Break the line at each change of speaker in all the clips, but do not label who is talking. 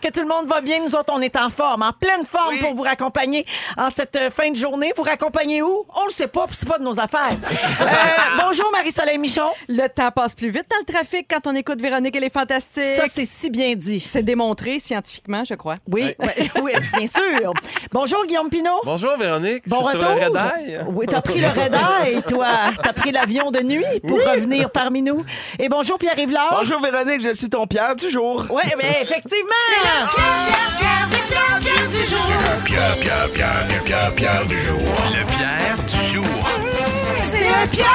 que tout le monde va bien. Nous autres, on est en forme, en pleine forme
Oui.
pour vous raccompagner en cette euh, fin de journée. Vous raccompagnez où? On le sait pas, puis c'est pas de nos affaires. Euh, bonjour, Marie-Soleil Michon.
Le temps passe plus vite dans le trafic quand on écoute Véronique, elle est fantastique.
Ça, c'est si bien dit.
c'est démontré scientifiquement, je crois.
Oui, ouais, oui, bien sûr. Bonjour, Guillaume Pinot.
Bonjour Véronique.
Bon
je suis
retour.
sur le red-eye.
Oui, t'as pris le red-eye, toi. T'as pris l'avion de nuit pour revenir parmi nous. Et bonjour, Pierre Rivlard.
Bonjour Véronique, je suis ton Pierre du jour.
Oui, mais effectivement.
Le Pierre, Pierre, Pierre, le Pierre, Pierre du jour. Le Pierre du jour.
C'est le Pierre!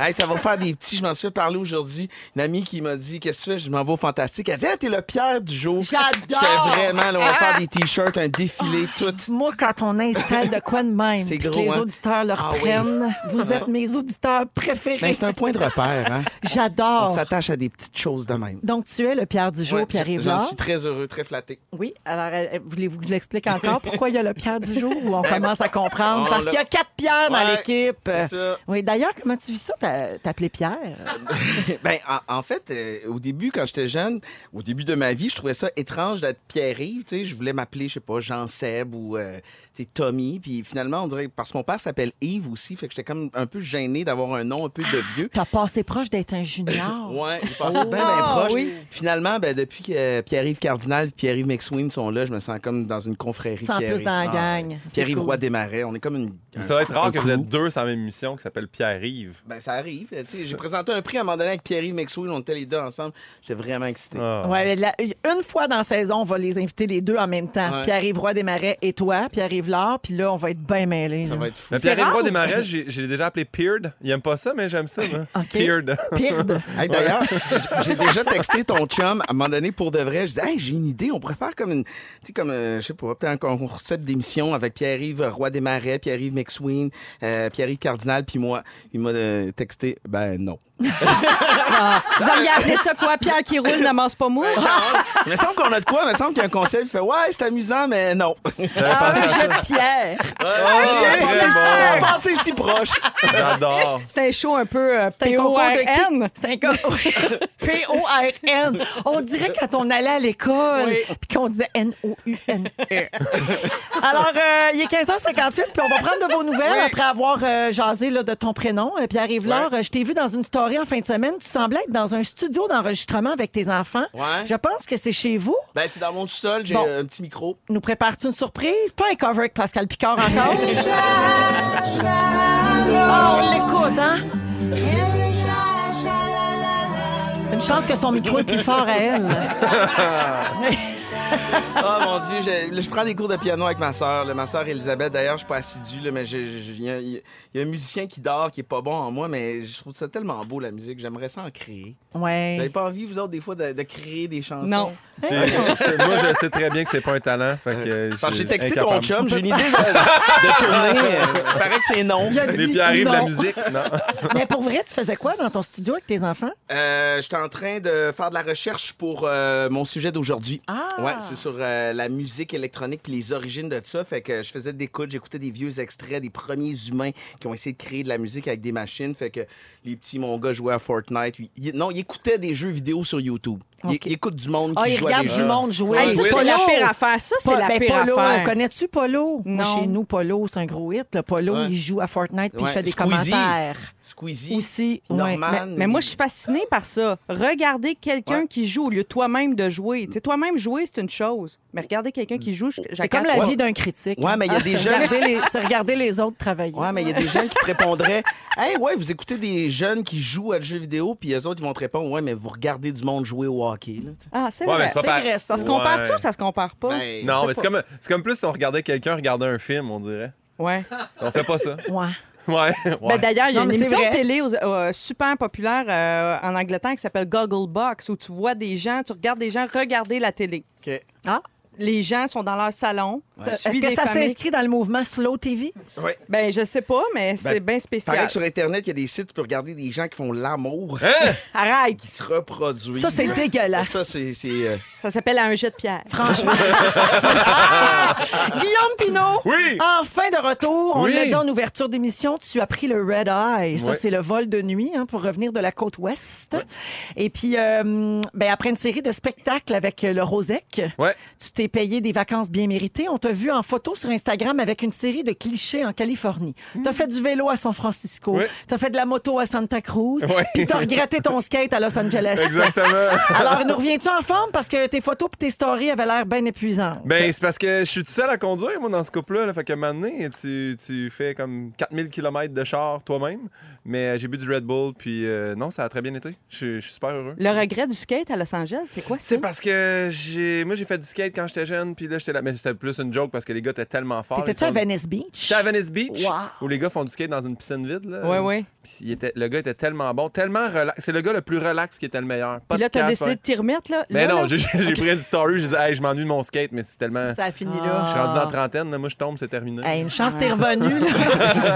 Hey, ça va faire des petits. Je m'en suis parlé aujourd'hui. Une amie qui m'a dit Qu'est-ce que tu fais Je m'en vais au fantastique. Elle dit Ah, t'es le Pierre du jour.
J'adore! Ah!
J'étais vraiment, là, on va faire des t-shirts, un défilé, tout.
Moi, quand on installe de quoi de même,
C'est
puis que
gros,
les
hein?
auditeurs le
Ah oui.
reprennent, vous êtes mes auditeurs
Mais
préférés.
Ben, c'est un point de repère, hein. On
J'adore.
s'attache à des petites choses de même.
Donc, tu es le Pierre du jour,
Ouais,
Oh! Pierre
J'en
Rivlard.
suis très heureux, très flatté.
Oui, alors, euh, voulez-vous que je l'explique encore pourquoi il y a le Pierre du jour ou on commence à comprendre?
Ben, On
Parce
l'a-
qu'il y a quatre Pierres dans
Ouais,
l'équipe.
c'est ça.
Oui, d'ailleurs, comment tu vis ça, t'a- t'appeler Pierre?
ben, en, en fait, euh, au début, quand j'étais jeune, au début de ma vie, je trouvais ça étrange d'être Pierre-Yves. Tu sais, je voulais m'appeler, je sais pas, Jean-Seb ou euh, tu sais, Tommy. Puis finalement, on dirait, parce que mon père s'appelle Yves aussi, fait que j'étais comme un peu gêné d'avoir un nom un peu de vieux.
T'as passé proche d'être un junior.
Ouais, il passe bien, bien proche. Finalement, ben, depuis que Pierre-Yves Cardinal et Pierre-Yves McSween sont là, je me sens comme dans une confrérie.
Tu te sens plus
Pierre-Yves.
dans la gang.
ouais.
C'est
Pierre-Yves
cool.
Roy des Marais, on est comme une. un-
Ça va être
un
rare que vous
crew.
êtes deux sur la même émission qui s'appelle Pierre-Yves.
Ben, ça arrive. tu sais, J'ai présenté un prix à un moment donné avec Pierre-Yves McSween, on était les deux ensemble. J'étais vraiment excité.
Ah.
Ouais, la- une fois dans la saison, on va les inviter les deux en même temps.
Ouais.
Pierre-Yves Roy Desmarais et toi, Pierre-Yves Lard. Puis là, on va être bien mêlés.
Ça
là.
va être fou.
Mais
C'est
Pierre-Yves Roy
rare ou-
des Marais, j'ai- je l'ai déjà appelé Peard. Il aime pas ça, mais j'aime ça. moi.
OK.
Peard.
Pirde.
Hey, D'ailleurs, j- j'ai déjà texté ton chum à un moment donné pour de vrai. Je disais, hey, j'ai une idée, on pourrait faire comme une, tu sais, comme, euh, je sais pas, peut-être un concept d'émission avec Pierre-Yves Roy des Marais, Pierre-Yves McSween, euh, Pierre-Yves Cardinal, puis moi. Il m'a euh, texté, ben non.
Ah, vous auriez appelé ça quoi? Pierre qui roule n'amasse pas mouche?
Ah,
il me semble qu'on a de quoi, il me semble qu'il y a un concept, il fait, ouais, c'est amusant, mais non.
Ah, un jeu de pierre.
Ah,
J'ai
Ah, très
pensé,
bon.
ça, pensé si proche.
J'adore.
C'est un show un peu euh,
C'est un concours de
P.O.R.N..
qui? C'est un concours. P-O-R-N. On dirait quand on allait à l'école, puis qu'on disait N-O-U-N-E. E. Alors, euh, il est 15h58, puis on va prendre de vos nouvelles après avoir euh, jasé là, de ton prénom. Euh, Pierre-Yves Laure, euh, je t'ai vu dans une story en fin de semaine. Tu semblais être dans un studio d'enregistrement avec tes enfants.
Ouais.
Je pense que c'est chez vous.
Ben, c'est dans mon sous-sol, j'ai euh,
Bon.
un petit micro.
Nous prépares-tu une surprise? Pas un cover avec Pascal Picard encore. oh, on l'écoute, hein? Une chance que son micro est plus fort à elle.
Oh mon Dieu, je, là, je prends des cours de piano avec ma sœur. là. Ma sœur Elisabeth, d'ailleurs, je suis pas assidue, là, mais je- je- il y, a- il y a un musicien qui dort, qui est pas bon en moi, mais je trouve ça tellement beau, la musique. J'aimerais ça en créer. Vous avez
Ouais.
pas envie, vous autres, des fois, de, de créer des chansons?
Non.
J'ai- c'est- Moi, je sais très bien que c'est pas un talent. Fait que euh,
Parce que j'ai
j'ai-
texté ton
incapable.
chum, j'ai une idée de, de tourner. euh, Il paraît que c'est non.
Il a
Les
dit
Pierre-Yves de la
non.
musique, non?
Ah, Mais pour vrai, tu faisais quoi dans ton studio avec tes enfants?
Euh, J'étais en train de faire de la recherche pour euh, mon sujet d'aujourd'hui.
Ah!
Ouais, c'est sur euh, la musique électronique puis les origines de ça. Fait que je faisais des écoutes, j'écoutais des vieux extraits des premiers humains qui ont essayé de créer de la musique avec des machines. Fait que les petits, mon gars jouait à Fortnite. Il- il- non, ils écoutaient des jeux vidéo sur YouTube. Ils
Ok.
il écoutent du monde
Ah,
qui
ils
joue à des
regardent
jeux.
du monde jouer.
Hey, ça, c'est la
Polo.
pire affaire. Ça, c'est
Pas-
la
ben,
pire
Polo,
hein.
affaire.
Connais-tu Polo? Moi,
Non.
Chez nous, Polo, c'est un gros hit. Le Polo,
Ouais.
il joue à Fortnite puis
Ouais.
il fait des
Squeezie.
commentaires.
Squeezie,
Aussi, ouais.
Norman.
Mais, mais moi, je suis fascinée par ça. Regarder quelqu'un
Ouais.
qui joue au lieu de toi-même de jouer. Tu sais, toi-même jouer, c'est une chose. Mais regarder quelqu'un qui joue, je-
C'est
j'accroche.
comme la
Ouais.
vie d'un critique.
Ouais, mais il y a
Ah,
des
c'est
jeunes-
regarder les- C'est regarder les autres travailler.
Ouais, mais il y a des gens qui te répondraient Hey, ouais, vous écoutez des jeunes qui jouent à des jeux vidéo, puis eux autres, ils vont te répondre Ouais, mais vous regardez du monde jouer au hockey. Là, tu sais.
Ah, c'est
Ouais, mais
vrai.
c'est pas
c'est
par-
vrai. Ça se
Ouais.
compare-tu ou ça se compare pas?
Ben,
Non, mais c'est comme, c'est comme plus si on regardait quelqu'un regarder un film, on dirait.
Ouais.
On fait pas ça.
Ouais.
Ouais.
Ben,
ouais.
D'ailleurs, il y a
Non,
une
mais c'est
émission de
vrai.
télé aux- euh, super populaire euh, en Angleterre qui s'appelle Gogglebox, où tu vois des gens, tu regardes des gens regarder la télé.
OK.
Ah.
Les gens sont dans leur salon,
Est-ce
Suit
que
des
ça
familles.
s'inscrit dans le mouvement Slow TV?
Ouais.
Ben, je sais pas, mais c'est bien
Pareil
spécial.
que sur Internet, il y a des sites, tu peux regarder des gens qui font l'amour,
Hein?
Arrête!
qui se reproduisent.
Ça, c'est dégueulasse.
Ça, c'est. c'est, euh,
Ça s'appelle un jet de pierre.
Franchement. Guillaume Pinot,
Oui.
enfin de retour. On
Oui.
l'a dit en ouverture d'émission, tu as pris le Red Eye. Ça,
Ouais.
c'est le vol de nuit hein, pour revenir de la côte ouest. Et puis, euh, ben, après une série de spectacles avec euh, le Rosec,
Ouais.
tu t'es payé des vacances bien méritées. On t'a vu en photo sur Instagram avec une série de clichés en Californie. T'as fait du vélo à San Francisco.
Mm. Ouais.
T'as fait de la moto à Santa Cruz.
Ouais.
Puis t'as regretté ton skate à Los Angeles.
Exactement.
Alors, nous reviens-tu en forme? Parce que tes photos et tes stories avaient l'air bien épuisantes.
Ben, c'est parce que je suis tout seul à conduire, moi, dans ce couple-là. là. Fait que maintenant, tu, tu fais comme 4000 km de char toi-même. Mais euh, j'ai bu du Red Bull, puis euh, non, ça a très bien été. Je suis- je suis super heureux.
Le regret du skate à Los Angeles, c'est quoi ça?
C'est parce que j'ai moi, j'ai fait du skate quand j'étais jeune, puis là, j'étais là. Mais c'était plus une joke parce que les gars étaient tellement forts.
T'étais-tu
Ils
à
font-
Venice Beach?
J'étais à Venice Beach,
Wow.
où les gars font du skate dans une piscine vide. Là.
Ouais, ouais.
Puis il était- le gars était tellement bon, tellement relax. C'est le gars le plus relax qui était le meilleur. Pas
Puis là,
de
t'as
casse,
décidé
hein.
de t'y remettre, là?
Mais
Là,
non,
là?
j'ai j'ai pris une story, j'ai dit, hey, je m'ennuie de mon skate, mais c'est tellement.
Ça a fini
Je
là.
suis rendu dans la trentaine, là, moi, je tombe, c'est terminé.
Ah. Hey, une chance que t'es revenu. là.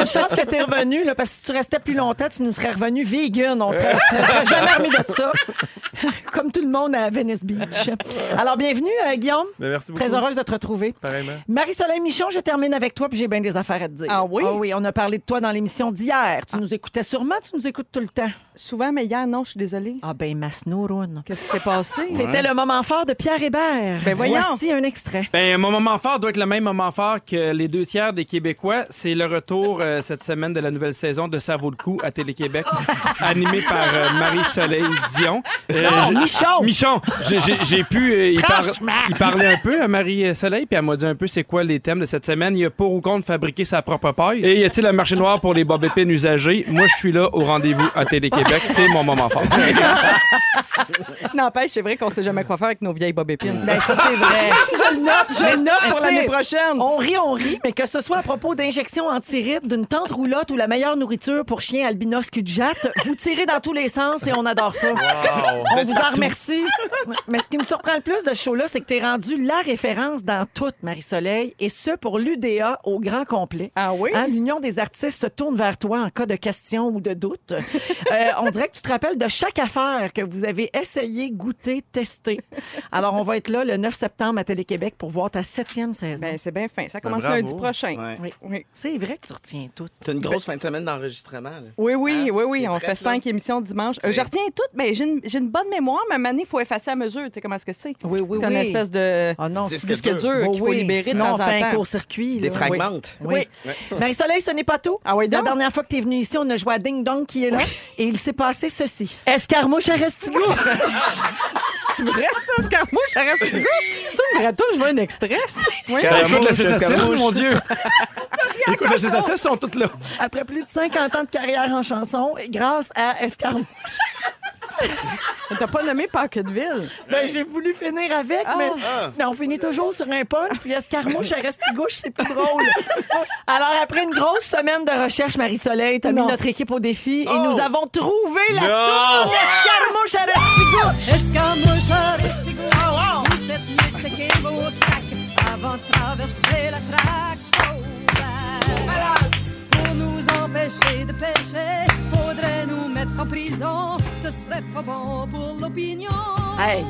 une chance que t'es revenu, là, parce que si tu restais plus longtemps, tu nous serais revenu vegan. On serait, on serait jamais remis de ça. Comme tout le monde à Venice Beach. Alors, bienvenue, euh, Guillaume.
Mais merci beaucoup.
Très heureuse de te retrouver.
Pareillement.
Marie-Soleil Michon, je termine avec toi, puis j'ai bien des affaires à te dire.
Ah oui?
oui, on a parlé de toi dans l'émission d'hier. Tu nous écoutais sûrement, tu nous écoutes tout le temps.
Souvent, mais hier, non, je suis désolée.
Ah ben, ma snouroune.
Qu'est-ce qui s'est passé?
C'était le moment fort de Pierre Hébert.
Ben voyons.
Voici un extrait.
Ben, mon moment fort doit être le même moment fort que les deux tiers des Québécois. C'est le retour euh, cette semaine de la nouvelle saison de Ça vaut le coup à Télé-Québec, animé par euh, Marie-Soleil Dion. Euh,
Non,
j'ai-
Michon!
Michon, j'ai- j'ai j'ai pu euh, y, par-
Franchement!
y parler un peu à Marie-Soleil, puis elle m'a dit un peu c'est quoi les thèmes de cette semaine. Il y a pour ou contre fabriquer sa propre paille. Et y a-t-il un marché noir pour les bob épines usagées? Moi, je suis là au rendez-vous à Télé-Québec. C'est mon moment fort.
N'empêche, c'est vrai qu'on sait jamais quoi faire avec nos vieilles bobépines.
Ben, ça, c'est vrai.
je le note, je le note
Mais
pour
tu sais,
l'année prochaine.
On rit, on rit, mais que ce soit à propos d'injections anti-rides, d'une tente roulotte ou la meilleure nourriture pour chiens albinos cul de jatte, vous tirez dans tous les sens et on adore ça. On vous en remercie. Mais ce qui me surprend le plus de ce show-là, c'est que tu es rendu la référence dans toute Marie-Soleil, et ce pour l'UDA au grand complet.
Ah oui?
Hein, L'Union des artistes se tourne vers toi en cas de question ou de doute. Euh, on dirait que tu te rappelles de chaque affaire que vous avez essayé, goûté, testé. Alors, on va être là le 9 septembre à Télé-Québec pour voir ta septième saison.
Ben, c'est bien fin. Ça commence
bravo.
lundi prochain.
ouais.
Oui.
Oui.
C'est vrai que tu retiens tout.
T'as une grosse fin de semaine d'enregistrement. là.
Oui, oui,
Hein?
oui, oui.
T'es
On
prête,
fait cinq émissions dimanche. Euh, je retiens toutes. mais j'ai une, j'ai une bonne mémoire, mais à un moment donné, il faut effacer à mesure. Tu sais comment est-ce que c'est?
Oui, oui,
C'est une
oui.
espèce de
Ah non,
Disque
disque
dur.
dur qu'il faut
oui,
libérer de
sinon
temps
on
en
fait un
temps.
court-circuit.
Des
là.
fragmentes.
Oui. Marie-Soleil, ce n'est pas tout.
Ah oui,
La
donc?
dernière fois que tu es venue ici, on a joué à Ding Dong qui est là et il s'est passé ceci. Escarmouche à Restigou.
C'est vrai, ça? Parce que moi, j'arrête C'est une vraie touche, je veux un extrait. ça. Oui.
Ben, Écoute, la CSS,
Escaramouche.
mon Dieu! Écoute, la CSS, sont toutes là.
Après plus de 50 ans de carrière en chanson, et grâce à Escarmouche,
T'as pas nommé Parketville.
ben, j'ai voulu finir avec, mais,
Ah.
mais on finit toujours sur un punch, puis Escarmouche à Restigouche, c'est plus drôle. Alors, après une grosse semaine de recherche, Marie-Soleil, t'as mis
Non.
notre équipe au défi et nous avons trouvé la
Ah.
tour d'Escarmouche à Restigouche.
Escarmouche à Restigou, vous faites mieux de checker vos tracts avant de traverser la traque au vert. Pour nous empêcher de pêcher, faudrait nous mettre en prison. Ce serait pas bon pour l'opinion.
Hey,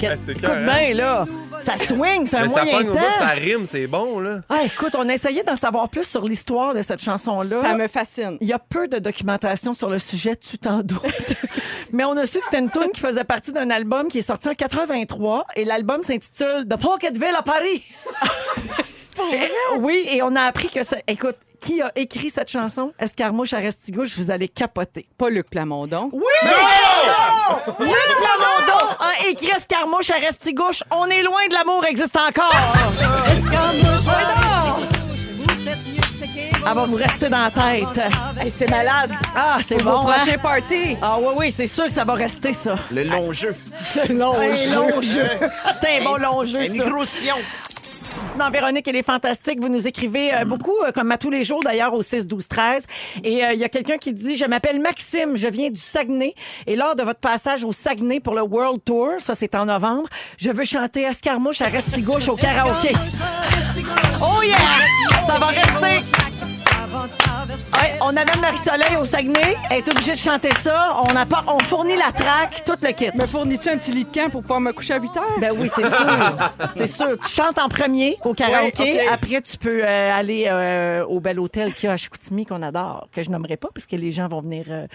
que-
Ah, c'est
écoute
cœur, hein?
bien, là. Ça swing, c'est un
Mais ça
moyen
pogne au bout, ça
temps.
rime, c'est bon, là.
Ah, écoute, on a essayé d'en savoir plus sur l'histoire de cette chanson-là.
Ça me fascine.
Il y a peu de documentation sur le sujet, tu t'en doutes. Mais on a su que c'était une tune qui faisait partie d'un album qui est sorti en 83 et l'album s'intitule The Pocketville à Paris. Eh, oui, et on a appris que ça. Écoute, qui a écrit cette chanson? Escarmouche à Restigouche, vous allez capoter.
Pas Luc Plamondon.
Oui! Non! Oui, Plamondon a écrit Escarmouche à Restigouche. On est loin de l'amour existe encore.
Escarmouche à
Voyons!
Restigou, vous faites mieux de checker vos
Elle va vous rester dans la tête.
Hey, c'est malade.
Ah, c'est
Pour
bon.
vos
hein?
prochains parties.
Ah oui, oui, c'est sûr que ça va rester, ça.
Le long jeu.
Ah, Un long jeu. T'es un bon long jeu,
Une
ça.
grossillon.
Dans Véronique, elle est fantastique. Vous nous écrivez euh, beaucoup, euh, comme à tous les jours d'ailleurs, au 6, 12, 13. Et euh, il y a quelqu'un qui dit Je m'appelle Maxime, je viens du Saguenay. Et lors de votre passage au Saguenay pour le World Tour, ça c'est en novembre, je veux chanter Escarmouche à Restigouche au karaoké.
Escarmouche à Restigou,
Oh yeah! Ça va rester.
Avant de traverser
Ouais, on amène Marie-Soleil au Saguenay. Elle est obligée de chanter ça. On, apporte, on fournit la traque, tout le kit.
Me fournis-tu un petit lit de camp pour pouvoir me coucher à 8 heures?
Ben oui, c'est sûr. C'est sûr. Tu chantes en premier au karaoké.
Ouais, ok.
Après, tu peux euh, aller euh, au bel hôtel qu'il y a à Chicoutimi qu'on adore, que je nommerai pas parce que les gens vont venir euh,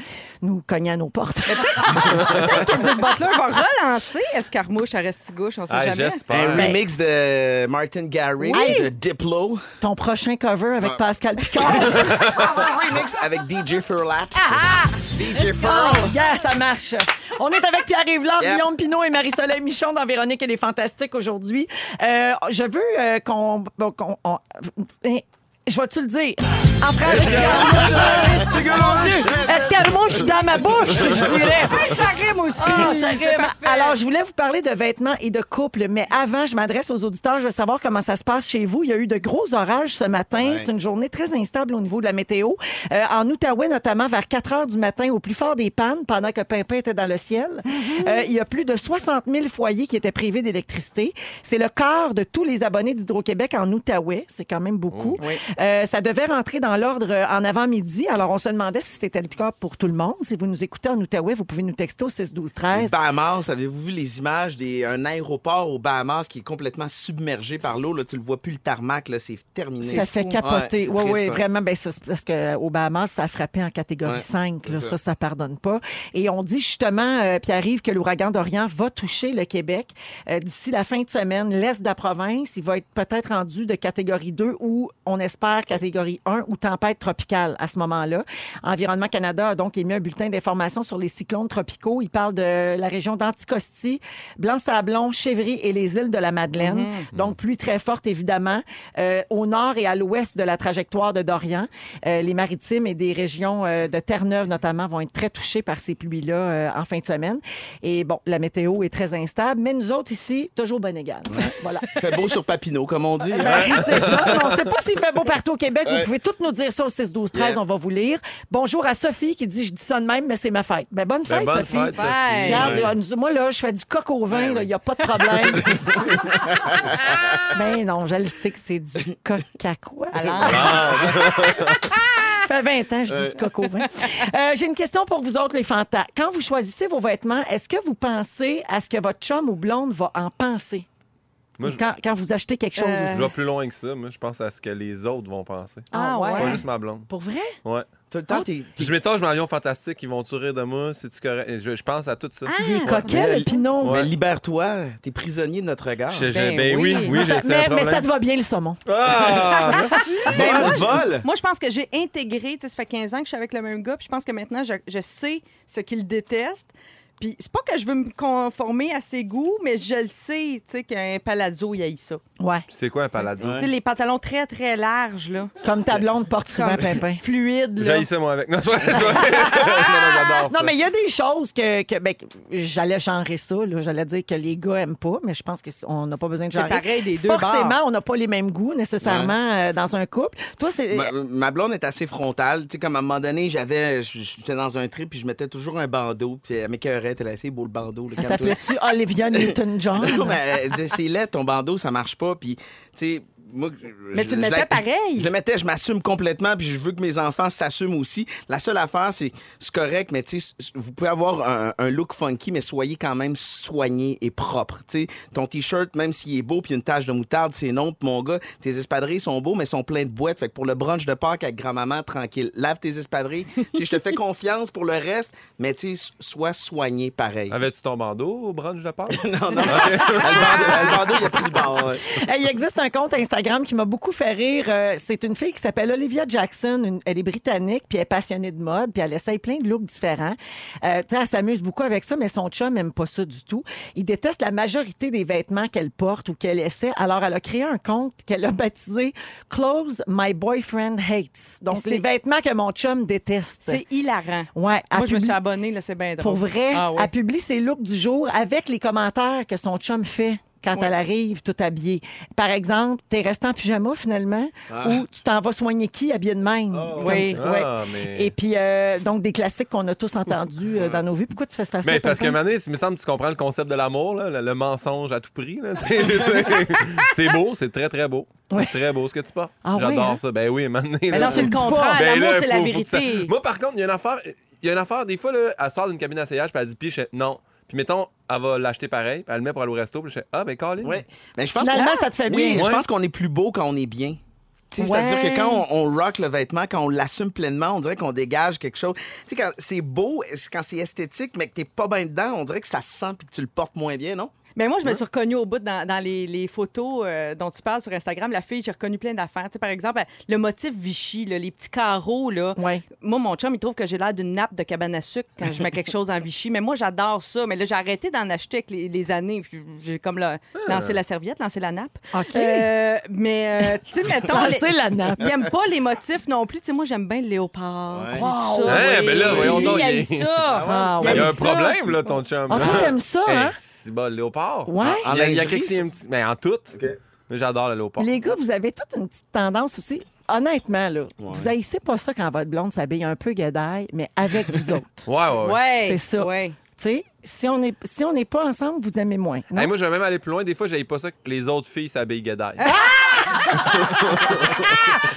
nous cogner à nos portes.
Judith Butler va relancer Escarmouche à Restigouche, on sait
Ah,
jamais.
j'espère.
Eh
Un remix de Martin Garrix
Oui.
de Diplo.
Ton prochain cover avec Pascal Picard. Ah.
Un remix avec DJ Furlat. DJ Furl.
Oh, yeah, ça marche. On est avec Pierre Yvelard,
Yep.
Guillaume Pinot et Marie-Soleil Michon dans Véronique et les Fantastiques aujourd'hui. Euh, je veux euh, qu'on. bon, qu'on- on- eh, je vais-tu le dire? En français, escarmouche dans ma
Oh,
bouche, je dirais.
Ça rime aussi.
Ah, ça
C'est
rime.
parfait.
Alors, je voulais vous parler de vêtements et de couples, mais avant, je m'adresse aux auditeurs. Je veux savoir comment ça se passe chez vous. Il y a eu de gros orages ce matin. C'est une journée très instable au niveau de la météo. Euh, en Outaouais, notamment, vers 4 heures du matin, au plus fort des pannes, pendant que Pimpin était dans le ciel, euh, il y a plus de 60 000 foyers qui étaient privés d'électricité. C'est le quart de tous les abonnés d'Hydro-Québec en Outaouais. C'est quand même beaucoup. Euh, ça devait rentrer dans l'ordre euh, en avant-midi. Alors, on se demandait si c'était le cas pour tout le monde. Si vous nous écoutez en Outaouais, vous pouvez nous texter au 6 12 13
Bahamas, avez-vous vu les images d'un aéroport au Bahamas qui est complètement submergé par l'eau? Là, tu le vois plus le tarmac, là, c'est terminé.
Ça fait capoter.
c'est
Oui, oui,
triste, hein.
vraiment. Ben, ça, c'est parce qu'au Bahamas, ça a frappé en catégorie
Ouais,
5. Là,
c'est
ça,
ça.
ça pardonne pas. Et on dit justement, euh, Pierre-Yves, que l'ouragan d'Orient va toucher le Québec. Euh, D'ici la fin de semaine, l'est de la province, il va être peut-être rendu de catégorie 2 ou, on espère, catégorie 1 ou tempête tropicale à ce moment-là. Environnement Canada a donc émis un bulletin d'information sur les cyclones tropicaux. Il parle de la région d'Anticosti, Blanc-Sablon, Chevry et les îles de la Madeleine.
Mhm.
Donc, pluie très forte, évidemment, euh, au nord et à l'ouest de la trajectoire de Dorian. Euh, les maritimes et des régions euh, de Terre-Neuve, notamment, vont être très touchées par ces pluies-là euh, en fin de semaine. Et bon, la météo est très instable, mais nous autres ici, toujours bon égal. Voilà.
Fait beau sur Papineau, comme on dit. hein.
Ben, c'est ça. Mais on ne sait pas s'il fait beau partout au Québec. Vous pouvez toutes nous dire ça au 6 12 13
Yeah.
On va vous lire. Bonjour à Sophie qui dit Je dis ça de même, mais c'est ma fête. Ben, bonne
Ben,
fête,
bonne
Sophie.
fête, Sophie.
Fête.
Regarde,
Ouais. Ben
euh, nous- moi, là, je fais du coq au vin, il n'y a pas de problème. ben non, je le sais que c'est du coq à quoi. Ça fait 20 ans, je dis du coq au vin. Euh, J'ai une question pour vous autres, les fantas. Quand vous choisissez vos vêtements, est-ce que vous pensez à ce que votre chum ou blonde va en penser?
Moi, je-
Quand, quand vous achetez quelque chose
Euh,
aussi.
Je vais plus loin que ça. Moi, je pense à ce que les autres vont penser.
Ah ouais. Ah
Pas juste ma blonde.
Pour vrai?
Ouais.
Tout le temps, t'es-
Puis je m'étonne, je m'en viens fantastique. Ils vont tuer de moi. C'est-tu correct? Je, je pense à tout ça.
Il est coquet,
Mais-
le pinot.
Mais
Ouais.
libère-toi, t'es prisonnier de notre regard.
Je- je-
Ben
ben, oui,
oui.
oui, j'ai
mais,
c'est un
mais
problème.
ça te va bien, le saumon.
Ah, merci.
Ben, moi, je-
vol!
Moi, je pense que j'ai intégré, tu sais, ça fait 15 ans que je suis avec le même gars, puis je pense que maintenant, je, je sais ce qu'il déteste. Puis c'est pas que je veux me conformer à ses goûts, mais je le sais, tu sais, qu'un palazzo, il haït ça.
Ouais.
C'est quoi un paladin?
Tu sais, les pantalons très, très larges, là.
Comme ta blonde porte souvent
Comme
pimpin.
fluides, là.
J'ai ça, moi, avec. Non, c'est vrai, c'est vrai. Non, non, j'adore ça.
Non, mais il y a des choses que, que, ben, que j'allais genrer ça. là. J'allais dire que les gars aiment pas, mais je pense qu'on n'a pas besoin de
C'est
genrer.
pareil des deux
Forcément,
bords.
on n'a pas les mêmes goûts nécessairement euh, dans un couple. Toi, c'est.
Ma, ma blonde est assez frontale. Tu sais, comme à un moment donné, j'avais, j- j'étais dans un trip puis je mettais toujours un bandeau. Puis elle m'écœurait, elle a essayé, beau le bandeau. le calme-toi.
T'appelais-tu Olivia Newton-John?
Ah.
Non, mais elle disait, c'est laid, ton bandeau, ça marche pas. Puis, tu sais, moi. je-
Mais
je-
tu le
je
mettais
la-
pareil.
Je le mettais, je m'assume complètement, puis je veux que mes enfants s'assument aussi. La seule affaire, c'est c'est correct, mais tu sais, c- vous pouvez avoir un, un look funky, mais soyez quand même soigné et propre. Tu sais, ton T-shirt, même s'il est beau, puis une tache de moutarde, c'est non. Puis mon gars, tes espadrilles sont beaux, mais sont pleins de boîtes. Fait que pour le brunch de Pâques avec grand-maman, tranquille, lave tes espadrilles. tu sais, je te fais confiance pour le reste, mais tu sais, sois soigné pareil.
Avais-tu ton bandeau au brunch de Pâques?
Non, non. le bandeau, il a pris le bord. ouais.
Hey, il existe un compte Instagram qui m'a beaucoup fait rire. Euh, c'est une fille qui s'appelle Olivia Jackson. Une- elle est britannique, puis elle est passionnée de mode, puis elle essaye plein de looks différents. Euh, tu sais, elle s'amuse beaucoup avec ça, mais son chum n'aime pas ça du tout. Il déteste la majorité des vêtements qu'elle porte ou qu'elle essaie. Alors, elle a créé un compte qu'elle a baptisé Clothes My Boyfriend Hates. Donc,
C'est-
les vêtements que mon chum déteste.
C'est hilarant.
Ouais, elle
Moi, je me
publie-
suis abonnée, là, c'est bien drôle.
pour vrai,
Ah ouais.
elle publie ses looks du jour avec les commentaires que son chum fait quand elle arrive tout habillée. Par exemple, t'es resté en pyjama finalement, ou tu t'en vas soigner qui habillé de même. Comme
oui.
ça, ouais.
Ah, mais...
Et puis, euh, donc, des classiques qu'on a tous entendus euh, dans nos vies. Pourquoi tu fais ce face-là?
Mais Ben, c'est parce que,
Tonton?
Mané, il me semble que tu comprends le concept de l'amour, là, le, le mensonge à tout prix. là, tu sais, je veux dire, c'est beau, c'est très, très beau. C'est
Ouais.
très beau ce que tu portes.
Ah oui,
J'adore
hein?
ça. Ben oui, Mané.
Mais
là,
non, c'est le
dis pas.
contraire.
Ben
L'amour,
là,
c'est la
faut- faut que ça-
vérité.
Moi, par contre, il y a une affaire. Il y a une affaire, des fois, là, elle sort d'une cabine d'essayage, puis elle dit, puis je fais non. Puis mettons, elle va l'acheter pareil, puis elle le met pour aller au resto, puis je fais ah, ben, Colin.
Ouais. Mais je pense
Finalement,
que-
ça te fait
Oui,
bien.
je
Ouais.
pense qu'on est plus beau quand on est bien. Tu sais, C'est-à-dire
Ouais.
que quand on, on rock le vêtement, quand on l'assume pleinement, on dirait qu'on dégage quelque chose. Tu sais, quand c'est beau, c'est- quand c'est esthétique, mais que t'es pas bien dedans, on dirait que ça se sent puis que tu le portes moins bien, non?
Mais Ben, moi, je me suis reconnue au bout dans, dans les, les photos euh, dont tu parles sur Instagram. La fille, j'ai reconnu plein d'affaires. Tu sais, par exemple, elle- le motif Vichy, là, les petits carreaux. Là.
Ouais.
Moi, mon chum, il trouve que j'ai l'air d'une nappe de cabane à sucre quand je mets quelque chose en Vichy. Mais moi, j'adore ça. Mais là, j'ai arrêté d'en acheter avec les, les années. Puis J'ai comme là, lancé la serviette, lancé la nappe.
Ah. OK.
Euh, mais, euh, tu sais, mettons... les-
Lancer la nappe.
Il aime pas les motifs non plus. Tu sais, moi, j'aime bien le léopard.
Ouais.
Tout
Wow.
ça,
Hein,
oui.
ben là, voyons
Lui,
donc,
il
il-
aime ça.
Ah,
Il y a
ouais.
un problème, là, ton chum.
Ah, toi, t'aimes ça,
Eh,
hein?
C'est bon, le léopard.
Ouais.
Il y a, il y a
En
quelque chose. Mais en tout. Mais J'adore le léopard.
Les gars, vous avez toute une petite tendance aussi. Honnêtement, là, vous haïssez pas ça quand votre blonde s'habille un peu guédaille, mais avec vous autres.
Ouais, ouais, ouais.
Ouais.
C'est ça.
Ouais.
Tu sais, si on est- si on n'est pas ensemble, vous aimez moins. non?
Hey, moi, je vais même aller plus loin. Des fois, j'aille pas ça que les autres filles s'habillent guédaille.
Ah!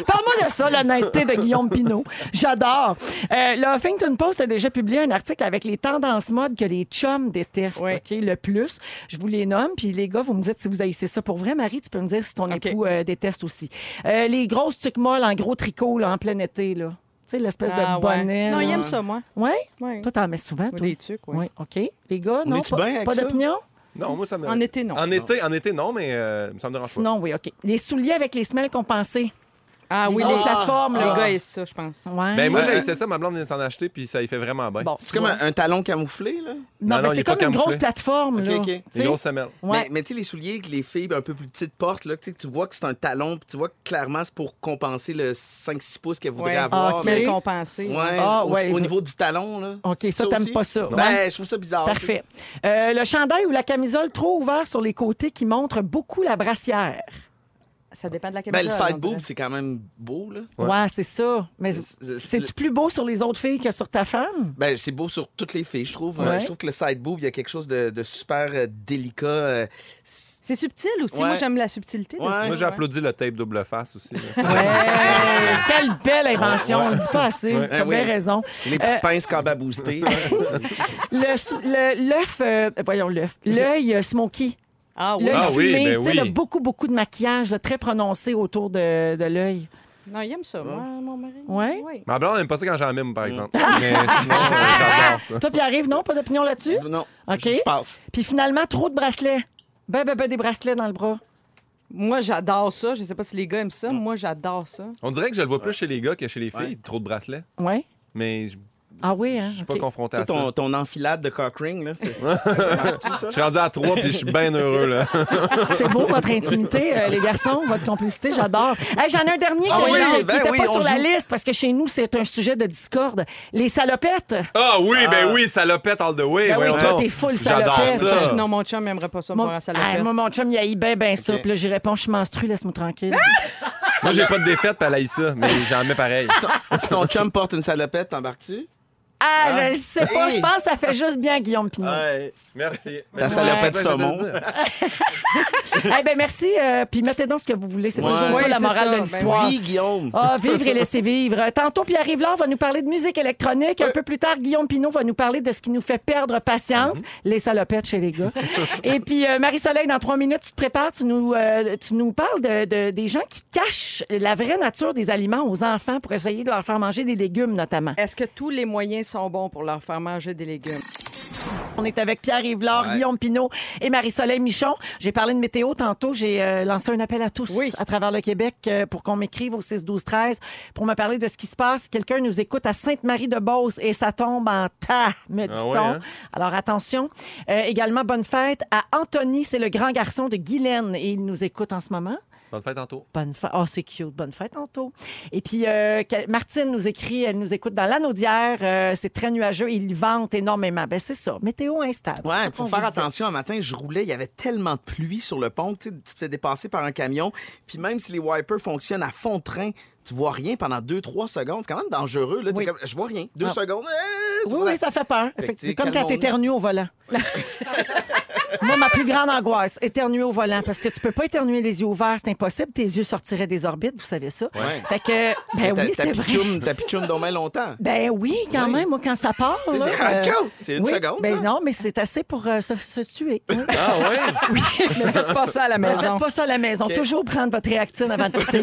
Parle-moi de ça, l'honnêteté de Guillaume Pinault. J'adore. Euh, le Huffington Post a déjà publié un article avec les tendances modes que les chums détestent
Oui.
OK, le plus. Je vous les nomme. Puis les gars, vous me dites si vous haïssez ça pour vrai. Marie, tu peux me dire si ton
OK.
époux euh, déteste aussi. Euh, les grosses tuques molles en gros tricot là, en plein été. Là. Tu sais, l'espèce
Ah,
de
ouais.
bonnet.
Non, il
là.
aime ça, moi.
Ouais?
Ouais.
Toi, t'en mets souvent, toi?
Des trucs, ouais.
Ouais, OK. Les gars,
On
non?
est-tu
Pas,
bien avec
pas
ça?
d'opinion?
Non, moi, ça me.
En été, non.
En été, en été, non, mais euh, ça me dérange pas.
Sinon, oui, OK. Les souliers avec les semelles compensées.
Ah oui,
les
les,
plateformes,
les
là.
gars, ils ça, je pense.
Ah,
Ouais. Euh,
Ben, moi, j'ai essayé ça, ma blonde vient de s'en acheter, puis ça y fait vraiment bien.
hein? Bon,
C'est comme un, un talon camouflé, là.
Non,
Non,
mais
non, il
c'est
est
comme
pas
une grosse
camouflé.
plateforme.
Ok,
là.
ok.
Tu
Les
sais?
grosses semelles.
Ouais.
Mais, mais tu sais, les souliers que les filles un peu plus petites portent, là, tu sais, que tu vois que c'est un talon, puis tu vois que clairement c'est pour compenser le 5-6 pouces qu'elles voudraient
Ouais.
Ah,
avoir.
ok.
Mais
Oui.
compensé.
Ouais,
Ah,
au,
ouais.
au niveau du talon, là.
OK, ça,
aussi?
t'aimes pas ça.
Ben,
Ouais.
je trouve ça bizarre.
Parfait. Euh, le chandail ou la camisole trop ouvert sur les côtés qui montre beaucoup la brassière.
Ça dépend de la
Ben,
camisole.
le
on
side
dirait.
boob, c'est quand même beau, là.
Ouais,
Ouais.
c'est ça. Mais
C'est-
c'est-tu plus beau sur les autres filles que sur ta femme?
Ben, c'est beau sur toutes les filles, je trouve.
Ouais.
Euh, Je trouve que le side boob, il y a quelque chose de, de super euh, délicat. euh, s-
C'est subtil aussi.
Ouais.
Moi, j'aime la subtilité. de
Ouais.
ça,
Moi, j'ai
ouais.
applaudi le tape double face aussi. là. Ça,
Ouais. Quelle belle invention. On le dit pas assez.
Ouais.
T'as
Eh
bien
oui.
raison.
les
Euh,
petites pinces cababoustées. là.
Le sou- le- L'œuf, euh, voyons l'œuf, l'œil euh, smoky.
Ah oui.
L'œil
Ah oui,
fumé.
ben
Tu sais, là,
oui.
beaucoup, beaucoup de maquillage là, très prononcé autour de, de l'œil.
Non, il aime ça, moi, mon mari.
Ouais.
Oui.
Ma blonde aime pas ça quand j'en mime, par exemple. mais sinon, euh, j'adore ça.
Toi, Pierre-Yves, non? Pas d'opinion là-dessus?
non,
Ok.
je passe.
Puis finalement, trop de bracelets. Ben, ben, ben, des bracelets dans le bras.
Moi, j'adore ça. Je sais pas si les gars aiment ça. Moi, j'adore ça.
On dirait que je le vois plus chez les gars que chez les filles. Trop de bracelets.
Ouais.
Mais je
Ah oui, hein?
je suis pas
OK.
confronté
Toi,
à
ton,
ça.
ton enfilade de cock ring, là, c'est
Je suis rendu à trois, puis je suis bien heureux, là.
C'est beau, votre intimité, euh, les garçons, votre complicité, j'adore. Hey, J'en ai un dernier que
Ah oui,
j'ai- qui
ben
n'était
oui,
pas
on
sur la
joue.
liste parce que chez nous, c'est un sujet de discorde. Les salopettes.
Ah oui, ben oui, salopette all the way.
Ben oui,
voyons
toi,
donc.
t'es full
J'adore
salopette.
ça.
Non, mon chum n'aimerait pas ça, me
Mon,
voir à
Ah,
salopette.
moi, mon chum, il a ben, ben ça. Puis là, j'y réponds, je suis menstrue, laisse-moi tranquille.
Ah!
Moi, j'ai pas de défaite, puis elle haït ça, mais j'en mets pareil.
Si ton chum porte une salopette, t'embarques-tu?
Ah, je le sais pas,
Hey.
je pense que ça fait juste bien Guillaume Pinot.
Ouais.
Merci.
Ta salopette saumon.
Eh ben merci, euh, puis mettez donc ce que vous voulez. C'est
Ouais.
toujours
Oui,
ça la
c'est
morale
ça.
de
Ben
l'histoire.
Oui, Guillaume.
Ah, vivre et laisser vivre. Tantôt, Pierre-Yves Laure va nous parler de musique électronique. Un peu plus tard, Guillaume Pinot va nous parler de ce qui nous fait perdre patience, les salopettes chez les gars. et puis, euh, Marie-Soleil, dans trois minutes, tu te prépares, tu nous, euh, tu nous parles de, de- des gens qui cachent la vraie nature des aliments aux enfants pour essayer de leur faire manger des légumes, notamment.
Est-ce que tous les moyens sont bons pour leur faire manger des légumes?
On est avec Pierre-Yves Laure, Guillaume Pinot et Marie-Soleil Michon. J'ai parlé de météo tantôt. J'ai euh, lancé un appel à tous
Oui.
à travers le Québec euh, pour qu'on m'écrive au 6-12-13 pour me parler de ce qui se passe. Quelqu'un nous écoute à Sainte-Marie-de-Beauce et ça tombe en tas, me dit-on.
Ah ouais, hein?
Alors attention. Euh, également, bonne fête à Anthony. C'est le grand garçon de Guylaine et il nous écoute en ce moment.
Bonne fête tantôt.
Bonne fête. Oh, c'est cute. Bonne fête, Anto. Et puis, euh, que- Martine nous écrit, elle nous écoute dans l'anneau d'hier. euh, c'est très nuageux. Il vente énormément. Ben, c'est ça. Météo instable. C'est
Ouais,
ça
faut
qu'on
faire
vous disait.
attention. Un matin, je roulais, il y avait tellement de pluie sur le pont, tu sais, tu te fais dépasser par un camion. Puis même si les wipers fonctionnent à fond de train, tu vois rien pendant 2-3 secondes. C'est quand même dangereux. Là, T'es
Oui.
comme, je vois rien. 2
Ah.
secondes. eh, tu
Oui,
vois la-
oui, ça fait peur.
que
Effectivement.
tu sais,
C'est comme quand
calmons-nous.
t'éternues au volant. Moi, ma plus grande angoisse, éternuer au volant, parce que tu peux pas éternuer les yeux ouverts, c'est impossible. Tes yeux sortiraient des orbites, vous savez ça.
Ouais.
Fait que, ben
T'as-
oui,
t'as
c'est vrai.
pitchoum- T'as pitchoum dans bien longtemps.
Ben oui, quand même, moi, quand ça part.
Tu
là,
sais,
euh,
tchou! C'est une
oui,
seconde.
Ben
ça.
non, mais c'est assez pour euh, se, se tuer. Oui.
Ah ouais?
Ne faites pas ça à la
Ne
maison.
faites pas ça à la maison. Toujours prendre votre réactine avant de quitter.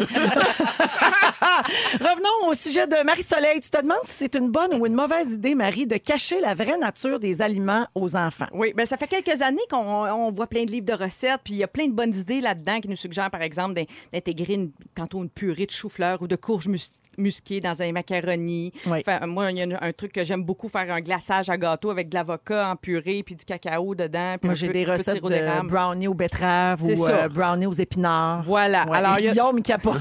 Revenons au sujet de Marie-Soleil. Tu te demandes si c'est une bonne ou une mauvaise idée, Marie, de cacher la vraie nature des aliments aux enfants.
Oui, ben ça fait quelques années qu'on on voit plein de livres de recettes, puis il y a plein de bonnes idées là-dedans qui nous suggèrent, par exemple, d'in- d'intégrer une- tantôt une purée de chou-fleur ou de courge mus- musquée dans un macaroni.
Oui.
Enfin, moi, il y a un- un truc que j'aime beaucoup, faire un glaçage à gâteau avec de l'avocat en purée, puis du cacao dedans. puis
Moi,
un
j'ai
peu-
des
peu
recettes
sirop d'érable.
de brownie aux betteraves
C'est
ou
ça.
euh, brownie aux épinards.
Voilà.
Ouais.
Alors, il y a-
Guillaume qui capote.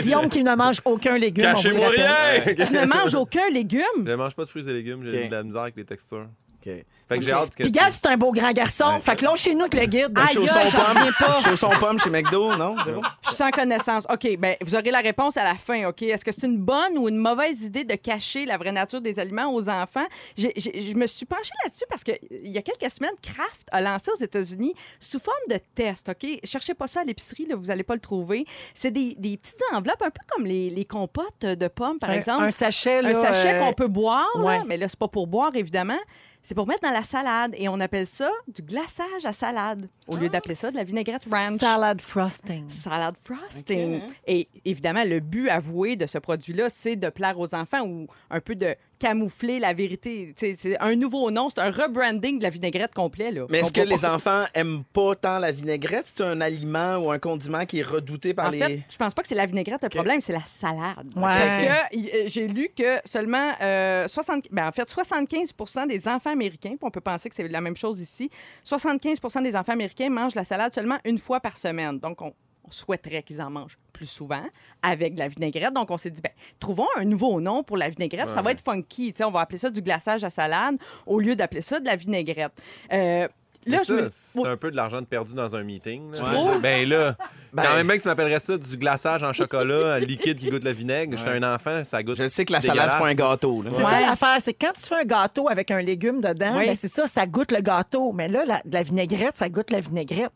Guillaume qui ne mange aucun légume. on vous le
Cachez-moi
rappelle.
rien!
tu ne manges aucun légume?
Je mange pas de fruits et légumes, j'ai
Ok.
de la misère avec les textures.
OK.
Fait que j'ai hâte que.
Puis Gas, c'est un beau grand garçon. Fait que là, chez nous, avec le guide.
Aïe,
Chausson
aïe, j'en reviens pas.
pomme. Chausson pomme chez McDo, non? C'est bon?
Je suis sans connaissance. OK, ben vous aurez la réponse à la fin, OK? Est-ce que c'est une bonne ou une mauvaise idée de cacher la vraie nature des aliments aux enfants? J'ai- j'ai- je me suis penchée là-dessus parce que euh, il y a quelques semaines, Kraft a lancé aux États-Unis sous forme de test, OK? Cherchez pas ça à l'épicerie, là, vous n'allez pas le trouver. C'est des, des petites enveloppes, un peu comme les, les compotes de pommes, par
un,
exemple.
un sachet, là,
Un sachet
euh,
qu'on peut boire, là,
ouais.
mais là, c'est pas pour boire, évidemment. C'est pour mettre dans la salade. Et on appelle ça du glaçage à salade, au lieu d'appeler ça de la vinaigrette ranch.
Salad frosting.
Salad frosting. Et évidemment, le but avoué de ce produit-là, c'est de plaire aux enfants ou un peu de camoufler la vérité. Tu sais, C'est un nouveau nom, c'est un rebranding de la vinaigrette complet. Là.
Mais est-ce
On
que
peut
les
pas-
enfants aiment pas tant la vinaigrette? C'est un aliment ou un condiment qui est redouté par
En
les.
fait, je pense pas que c'est la vinaigrette le problème, c'est la salade.
Ouais.
Parce que y- euh, j'ai lu que seulement euh, 60, ben, en fait 75 des enfants américains, puis on peut penser que c'est la même chose ici, 75 des enfants américains mangent la salade seulement une fois par semaine. Donc on, on souhaiterait qu'ils en mangent plus souvent avec de la vinaigrette. Donc on s'est dit ben trouvons un nouveau nom pour la vinaigrette, ça va être funky, tu sais, on va appeler ça du glaçage à salade au lieu d'appeler ça de la vinaigrette. Euh, là
C'est
je me-
ça, c'est un peu de l'argent de perdu dans un meeting. là.
Tu
Ouais.
trouves?
Ben là,
Ben-
quand même bien que tu m'appellerais ça du glaçage en chocolat un liquide qui goûte la vinaigre, j'étais un enfant, ça goûte.
Je sais que la salade, c'est pas un
dégueulasse.
gâteau. là.
C'est ça l'affaire, c'est que quand tu fais un gâteau avec un légume dedans,
Oui.
ben, c'est ça, ça goûte le gâteau. Mais là, la, de la vinaigrette, ça goûte la vinaigrette.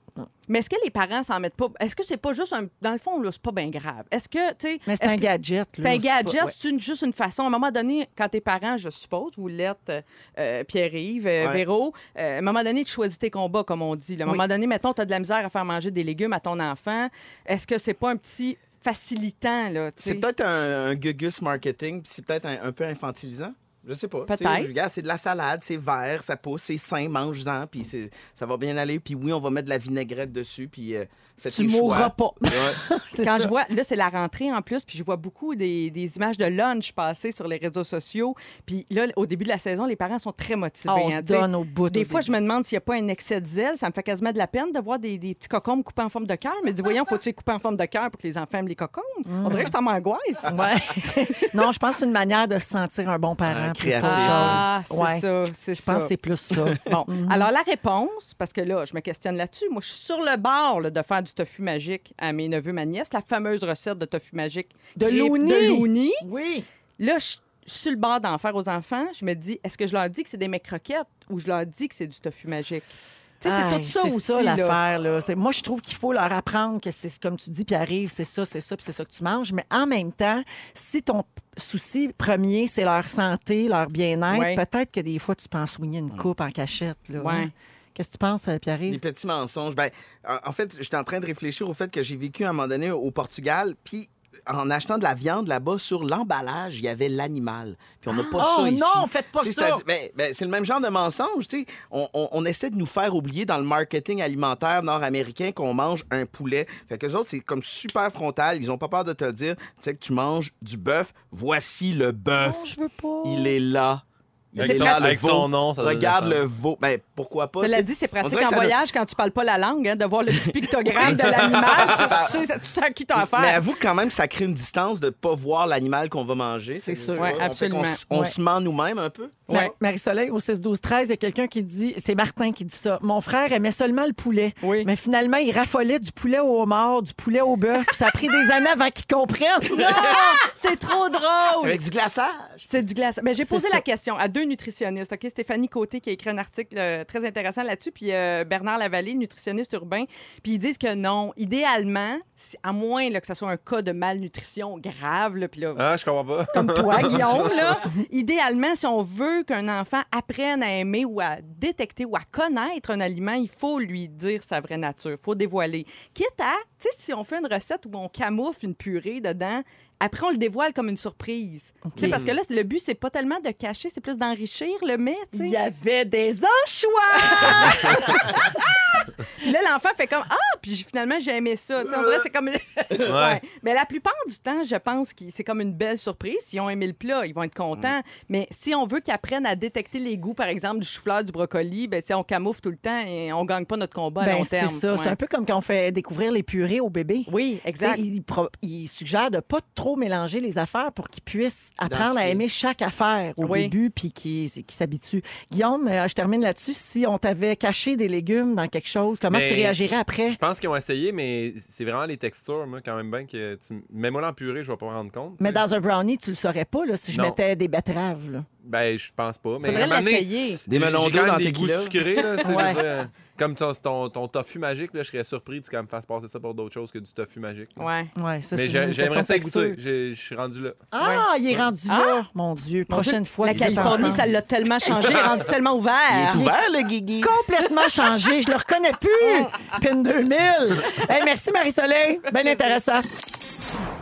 Mais est-ce que les parents s'en mettent pas? Est-ce que c'est pas juste un. Dans le fond, là, c'est pas bien grave. Est-ce que, tu sais.
Mais c'est
est-ce
un
que-
gadget.
C'est
là,
un
c'est pas-
gadget,
ouais.
c'est une- juste une façon. À un moment donné, quand tes parents, je suppose, vous l'êtes, euh, euh, Pierre-Yves, euh,
Ouais.
Véro, euh, à un moment donné, tu choisis tes combats, comme on dit. là. À un
Oui.
moment donné, mettons, tu as de la misère à faire manger des légumes à ton enfant. Est-ce que c'est pas un petit facilitant, là? tu
C'est
sais?
peut-être un, un gugus marketing, puis c'est peut-être un, un peu infantilisant. Je sais pas.
Peut-être.
Tu sais, regarde, c'est de la salade, c'est vert, ça pousse, c'est sain, mange-en, puis c'est- ça va bien aller. Puis oui, on va mettre de la vinaigrette dessus, puis euh, faites
Tu
tes
mourras pas.
choix. Ouais.
C'est
Quand
ça.
je vois, là, c'est la rentrée en plus, puis je vois beaucoup des, des images de lunch passer sur les réseaux sociaux. Puis là, au début de la saison, les parents sont très motivés.
Ah, on se
hein, tu sais.
donne au bout.
Des
au
fois,
début.
je me demande s'il n'y a pas un excès de zèle. Ça me fait quasiment de la peine de voir des, des petits cocombes coupés en forme de cœur. Mais dis, voyons, faut-tu les couper en forme de cœur pour que les enfants aiment les cocombes?
Mm.
On dirait que je t'en m'angoisse.
Ouais. non, je pense que c'est une manière de se sentir un bon parent.
Ah,
plus qu'autre
créatif.
Ah,
chose.
c'est
Ouais.
ça, c'est
Je pense que
ça.
c'est Mm-hmm. plus ça.
Bon, alors la réponse, parce que là, je me questionne là-dessus. Moi, je suis sur le bord là, de faire du tofu magique à mes neveux, ma nièce, la fameuse recette de tofu magique
De
créée-
Looney.
De Looney.
Oui.
Là, je je suis sur le bord d'en faire aux enfants. Je me dis, est-ce que je leur dis que c'est des mecs croquettes ou je leur dis que c'est du tofu magique? Tu sais, c'est tout ça aussi.
ça
là.
l'affaire. Là. C'est- Moi, je trouve qu'il faut leur apprendre que c'est comme tu dis, puis arrive, c'est ça, c'est ça, puis c'est ça que tu manges. Mais en même temps, si ton p- souci premier, c'est leur santé, leur bien-être,
Ouais.
peut-être que des fois, tu peux en soigner
Mm.
une coupe en cachette. là,
Ouais.
hein. Qu'est-ce que tu penses, euh,
Des
Pierre-Yves?
petits mensonges. Ben, en en fait, j'étais en train de réfléchir au fait que j'ai vécu à un moment donné au Portugal, puis en achetant de la viande là-bas, sur l'emballage, il y avait l'animal. Puis on n'a pas
Oh
ça ici.
non, faites pas
Tu sais,
ça!
c'est-à-dire- ben, ben, c'est le même genre de mensonge. tu sais. On, on- on essaie de nous faire oublier dans le marketing alimentaire nord-américain qu'on mange un poulet. Fait que autres, c'est comme super frontal. Ils ont pas peur de te le dire. Tu sais que tu manges du bœuf. Voici le bœuf.
Non, je veux pas.
Il est là. Il
Avec
est
son-
là, le
avec
veau.
son nom, ça donne
Regarde
le sens.
le veau. Ben, pourquoi pas?
Cela
tu sais.
dit, c'est
On
pratique
dirait que
en
ça
voyage quand tu parles pas la langue, hein, de voir le petit pictogramme de l'animal. tu, sais, tu sais à qui t'as
Mais
affaire.
avoue quand même que ça crée une distance de ne pas voir l'animal qu'on va manger.
C'est
Je
sûr.
sais
Ouais,
pas, on fait
absolument.
qu'on s- On,
Ouais.
se ment nous-mêmes un peu.
Ma-
Ouais.
Marie-Soleil, au 6-12-13, il y a quelqu'un qui dit, c'est Martin qui dit ça, mon frère aimait seulement le poulet.
Oui.
Mais finalement, il raffolait du poulet au homard, du poulet au bœuf. Ça a pris des années avant qu'il comprenne.
C'est trop drôle!
Avec du glaçage.
C'est du glace. Mais j'ai posé
ça.
la question à deux nutritionnistes. OK, Stéphanie Côté qui a écrit un article euh, très intéressant là-dessus, puis euh, Bernard Lavallée, nutritionniste urbain. Puis ils disent que non, idéalement, si- à moins là, que ce soit un cas de malnutrition grave, là, puis là,
Ah, je comprends pas.
comme toi, Guillaume, là, idéalement, si on veut qu'un enfant apprenne à aimer ou à détecter ou à connaître un aliment, il faut lui dire sa vraie nature, il faut dévoiler. Quitte à, tu sais, si on fait une recette où on camoufle une purée dedans, après, on le dévoile comme une surprise. Tu sais, Parce que là, le but, c'est pas tellement de cacher, c'est plus d'enrichir le mets. tu sais.
Il y avait des anchois!
Puis là, l'enfant fait comme Ah, puis j'ai- finalement, j'ai aimé ça. Tu sais, on dirait que c'est comme. Ouais. Mais la plupart du temps, je pense que c'est comme une belle surprise. S'ils ont aimé le plat, ils vont être contents.
Mm.
Mais si on veut qu'ils apprennent à détecter les goûts, par exemple, du chou-fleur, du brocoli, ben, si on camoufle tout le temps et on gagne pas notre combat à
Ben,
long
c'est
terme.
ça. C'est
Ouais.
un Ben, peu comme quand on fait découvrir les purées au bébé.
Oui, exact.
Tu sais, Il, pro- il suggère de pas trop mélanger les affaires pour qu'ils puissent apprendre à
Identifier.
aimer chaque affaire au
Oui.
début puis qu'ils qu'ils s'habituent. Guillaume, euh, je termine là-dessus. Si on t'avait caché des légumes dans quelque chose, comment
Mais
tu réagirais après?
Ben, Je pense qu'ils ont essayé, mais c'est vraiment les textures, moi, quand même bien que tu... m- Mets-moi en purée, je vais pas me rendre compte. tu
Mais
sais.
dans un brownie, tu le saurais pas là, si je
Non.
mettais des betteraves. là.
Ben, je pense pas. Mais à
Faudrait
un moment donné,
l'essayer.
Des
j'ai-
melons
j'ai quand
d'eau
même
dans
des
tes
goûts
kilos.
sucrés, là, tu sais, je veux
Ouais.
dire, Comme ton, ton, ton tofu magique, là, je serais surpris de- quand me fasse passer ça pour d'autres choses que du tofu magique. là.
Ouais.
Ouais, ça,
Mais
c'est une
j'ai- j'aimerais
question
ça y
texture.
goûter. J'ai- Je suis rendu là.
Ah, il est rendu là. Mon Dieu. Prochaine fois,
La
les enfants.
Californie, ça l'a tellement changé, est rendu tellement ouvert.
Il
Ah,
est ouvert, le Guigui.
complètement changé. Je le reconnais
Oh.
plus. Pin 2000. Hey, merci, Marie-Soleil. Ben intéressant.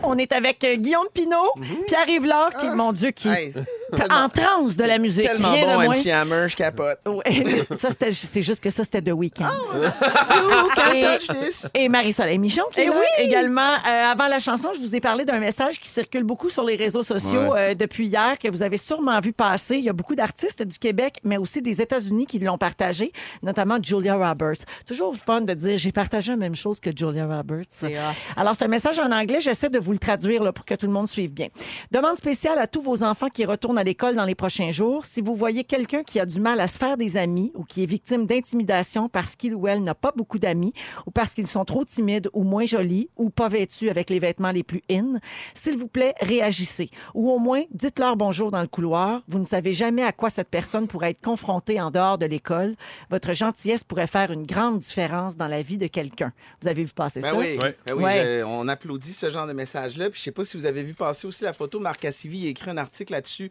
On est avec euh, Guillaume Pinault, Pierre Yvelard, qui, mon Dieu, qui
Mhm. Ah. Hey,
est en transe de la musique.
Tellement
rien de
bon,
moins.
MC Hammer, je capote.
Ouais. ça, c'était, c'est juste que ça, c'était The Weeknd.
You
Et-
can't touch this.
Et Marie-Soleil Michon, qui est
Eh
là
oui!
également. Euh, avant la chanson, je vous ai parlé d'un message qui circule beaucoup sur les réseaux sociaux euh, depuis hier, que vous avez sûrement vu passer. Il y a beaucoup d'artistes du Québec, mais aussi des États-Unis qui l'ont partagé, notamment Julia Roberts. Toujours fun de dire, j'ai partagé la même chose que Julia Roberts.
C'est hot.
Alors, c'est un message en anglais. J'essaie de vous le traduire là, pour que tout le monde suive bien. Demande spéciale à tous vos enfants qui retournent à l'école dans les prochains jours. Si vous voyez quelqu'un qui a du mal à se faire des amis ou qui est victime d'intimidation parce qu'il ou elle n'a pas beaucoup d'amis ou parce qu'ils sont trop timides ou moins jolis ou pas vêtus avec les vêtements les plus in, s'il vous plaît, réagissez. Ou au moins, dites-leur bonjour dans le couloir. Vous ne savez jamais à quoi cette personne pourrait être confrontée en dehors de l'école. Votre gentillesse pourrait faire une grande différence dans la vie de quelqu'un. Vous avez vu passer
Ben
ça?
oui,
Ouais.
ben oui,
Ouais.
je- on applaudit ce genre de message-là. Puis je sais pas si vous avez vu passer aussi la photo. Marc Cassivi a écrit un article là-dessus.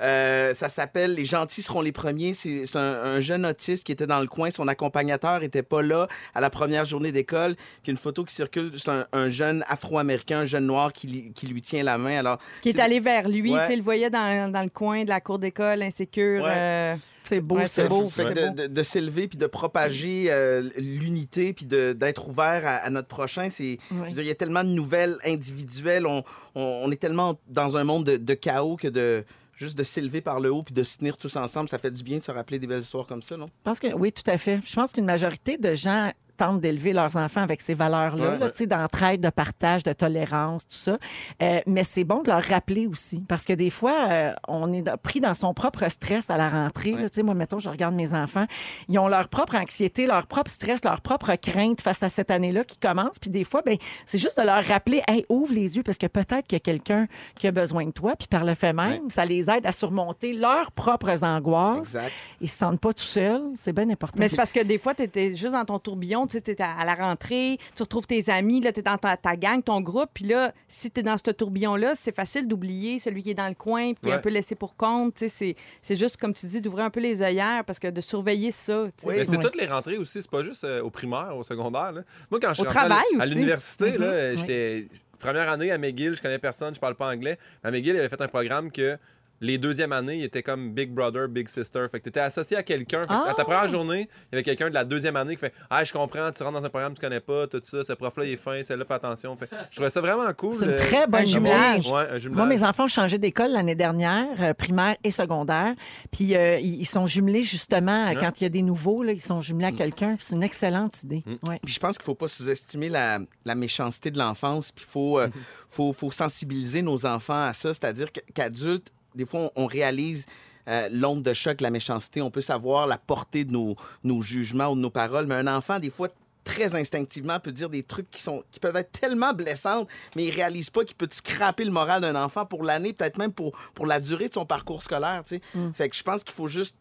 Euh, ça s'appelle Les gentils seront les premiers. C'est c'est un, un jeune autiste qui était dans le coin. Son accompagnateur était pas là à la première journée d'école. Puis une photo qui circule, c'est un, un jeune afro-américain, un jeune noir qui, li- qui lui tient la main. Alors,
Qui est allé vers lui,
Ouais.
tu sais, le voyait dans, dans le coin de la cour d'école, insécure.
Ouais.
euh,
C'est beau,
Ouais,
ça.
c'est beau,
Fait
c'est
que
beau.
de, de- de s'élever puis de propager euh, l'unité puis de- d'être ouvert à, à notre prochain, c'est. je veux dire, Il y a tellement de nouvelles individuelles. On, on- on est tellement dans un monde de, de chaos que de juste de s'élever par le haut puis de se tenir tous ensemble, ça fait du bien de se rappeler des belles histoires comme ça, non?
Je pense que oui, tout à fait. Je pense qu'une majorité de gens tentent d'élever leurs enfants avec ces valeurs-là,
Ouais,
là,
ouais.
tu sais, d'entraide, de partage, de tolérance, tout ça. Euh, mais c'est bon de leur rappeler aussi, parce que des fois, euh, on est dans- pris dans son propre stress à la rentrée. là. Tu sais, moi, mettons, je regarde mes enfants, ils ont leur propre anxiété, leur propre stress, leur propre crainte face à cette année-là qui commence. Puis des fois, ben, c'est juste de leur rappeler, hey, ouvre les yeux, parce que peut-être qu'il y a quelqu'un qui a besoin de toi. Puis par le fait même, ça les aide à surmonter leurs propres angoisses.
Exact.
Ils se sentent pas tout seuls. C'est bien important.
Mais c'est parce que des fois, tu étais juste dans ton tourbillon, tu étais à la rentrée, tu retrouves tes amis, tu es dans ta, ta gang, ton groupe, puis là, si tu es dans ce tourbillon-là, c'est facile d'oublier celui qui est dans le coin, puis qui est un
Ouais.
peu laissé pour compte. tu sais, C'est c'est juste, comme tu dis, d'ouvrir un peu les œillères, parce que de surveiller ça. tu sais.
Mais Ben, c'est
Ouais.
toutes les rentrées aussi, c'est pas juste euh, au primaire, au secondaire. là. Moi, quand je suis
Au
rentré à l-
travail
à
aussi.
l'université, là,
Oui.
j'étais première année à McGill, je connais personne, je parle pas anglais. À McGill, il avait fait un programme que les deuxièmes années, il était comme Big Brother, Big Sister. Fait que t'étais associé à quelqu'un. Fait que
Ah!
À ta première journée, il y avait quelqu'un de la deuxième année qui fait Ah, je comprends, tu rentres dans un programme que tu connais pas, tout ça, ce prof-là, il est fin, celle-là, fais attention. Fait, que je trouvais ça vraiment cool.
C'est une
euh,
très bonne
un
jumelage.
Ouais, un
Moi,
jumelage.
mes enfants ont changé d'école l'année dernière, euh, primaire et secondaire. Puis euh, ils ils sont jumelés justement euh,
Hein?
quand il y a des nouveaux, là, ils sont jumelés à quelqu'un. Puis C'est une excellente idée. Ouais.
Puis je pense qu'il faut pas sous-estimer la, la méchanceté de l'enfance. Puis il faut, euh, faut, faut sensibiliser nos enfants à ça. C'est-à-dire que- qu'adultes, des fois, on, on réalise euh, l'onde de choc, la méchanceté. On peut savoir la portée de nos, nos jugements ou de nos paroles. Mais un enfant, des fois, très instinctivement, peut dire des trucs qui, sont, qui peuvent être tellement blessantes, mais il réalise pas qu'il peut te scraper le moral d'un enfant pour l'année, peut-être même pour, pour la durée de son parcours scolaire. tu sais. Fait que je pense qu'il faut juste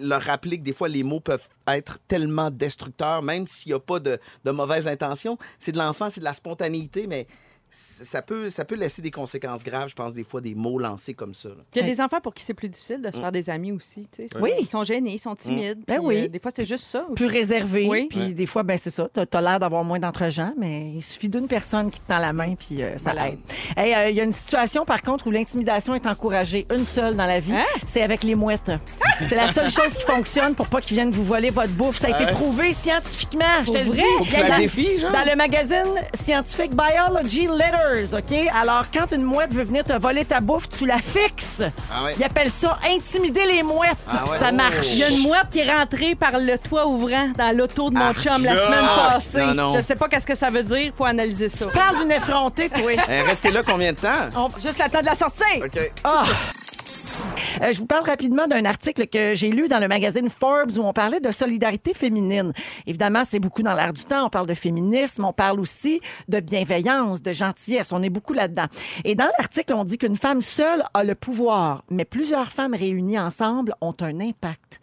leur rappeler que des fois, les mots peuvent être tellement destructeurs, même s'il n'y a pas de, de mauvaise intention. C'est de l'enfant, c'est de la spontanéité, mais c- ça peut, ça peut laisser des conséquences graves, je pense, des fois, des mots lancés comme ça. là.
Il y a des enfants pour qui c'est plus difficile de se faire des amis aussi. tu sais.
Mm. Oui.
Ils sont gênés, ils sont timides.
Ben
puis, euh,
oui.
des fois, c'est juste ça.
Plus réservé.
Oui.
Puis des fois, ben c'est ça. T'as as, l'air d'avoir moins d'entre-gens, mais il suffit d'une personne qui te tend la main, puis euh, ça l'aide. Hey, euh, Il y a une situation, par contre, où l'intimidation est encouragée. Une seule dans la vie.
Hein?
C'est avec les mouettes. c'est la seule chose qui fonctionne pour pas qu'ils viennent vous voler votre bouffe. Ça a été prouvé scientifiquement. Je te le dis.
Faut que tu la
Dans-
défies,
Bah-
genre.
Dans le magazine scientifique Biology Letters, OK? Alors, quand une mouette veut venir te voler ta bouffe, tu la fixes.
Ah ouais.
Ils appellent ça intimider les mouettes.
Ah ouais.
Ça
Oh.
marche.
Il y a une mouette qui est rentrée par le toit ouvrant dans l'auto de mon
Ah,
chum la semaine
ah,
passée.
non, non.
Je sais pas qu'est-ce que ça veut dire, faut analyser ça.
Tu parles d'une effrontée, toi.
Euh, restez là combien de temps?
Juste le temps de la sortie.
OK.
Ah! Euh, je vous parle rapidement d'un article que j'ai lu dans le magazine Forbes où on parlait de solidarité féminine. Évidemment, c'est beaucoup dans l'air du temps. On parle de féminisme, on parle aussi de bienveillance, de gentillesse. On est beaucoup là-dedans. Et dans l'article, on dit qu'une femme seule a le pouvoir, mais plusieurs femmes réunies ensemble ont un impact.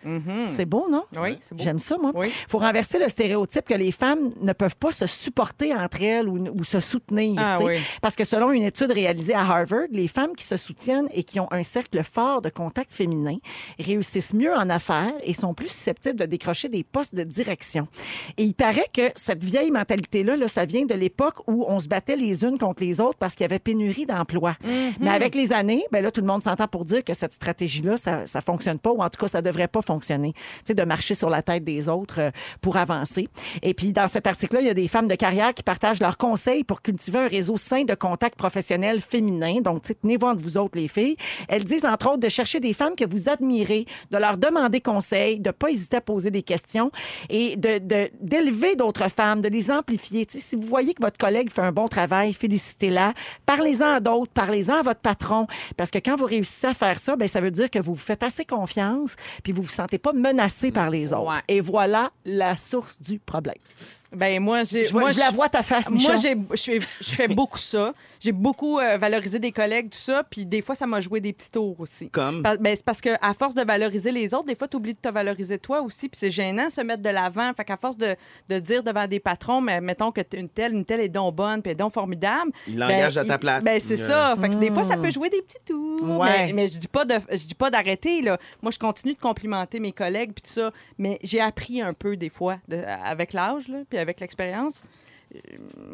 C'est beau, non?
Mhm. Oui, c'est beau.
J'aime ça, moi.
Oui.
faut renverser le stéréotype que les femmes ne peuvent pas se supporter entre elles ou, ou se soutenir.
Ah
tu sais.
oui.
Parce que selon une étude réalisée à Harvard, les femmes qui se soutiennent et qui ont un cercle fort de contact féminin réussissent mieux en affaires et sont plus susceptibles de décrocher des postes de direction. Et il paraît que cette vieille mentalité-là, là, ça vient de l'époque où on se battait les unes contre les autres parce qu'il y avait pénurie d'emplois. Mais avec les années, ben là, tout le monde s'entend pour dire que cette stratégie-là, ça, ça fonctionne pas ou en tout cas, ça devrait pas fonctionner. Tu sais, de marcher sur la tête des autres euh, pour avancer. Et puis, dans cet article-là, il y a des femmes de carrière qui partagent leurs conseils pour cultiver un réseau sain de contacts professionnels féminins. Donc, tu sais, tenez-vous entre vous autres, les filles. Elles disent, entre autres, de chercher des femmes que vous admirez, de leur demander conseil, de pas hésiter à poser des questions et de- de- d'élever d'autres femmes, de les amplifier. Tu sais, si vous voyez que votre collègue fait un bon travail, félicitez-la. Parlez-en à d'autres, parlez-en à votre patron. Parce que quand vous réussissez à faire ça, ben, ça veut dire que vous vous faites assez confiance puis vous vous sentez pas menacé par les autres.
Ouais.
Et voilà la source du problème.
Ben moi, j'ai.
Je, vois-
moi,
je la vois ta face,
Moi,
Michon.
j'ai- je fais- je fais beaucoup ça. J'ai beaucoup euh, valorisé des collègues, tout ça, puis des fois, ça m'a joué des petits tours aussi.
Comme.
Par- ben, c'est parce que à force de valoriser les autres, des fois, tu oublies de te valoriser toi aussi, puis c'est gênant de se mettre de l'avant. Fait qu'à force de, de dire devant des patrons, mais mettons que t'es une telle, une telle est donc bonne, puis elle est donc formidable.
Il l'engage à ta
il-
place.
Ah. Ben, c'est
Yeah.
ça. Fait que des fois, ça peut jouer des petits tours.
Ouais.
Mais, mais je dis pas de, je dis pas d'arrêter, là. Moi, je continue de complimenter mes collègues, puis tout ça. Mais j'ai appris un peu, des fois, de- avec l'âge, là, puis avec l'expérience. Euh,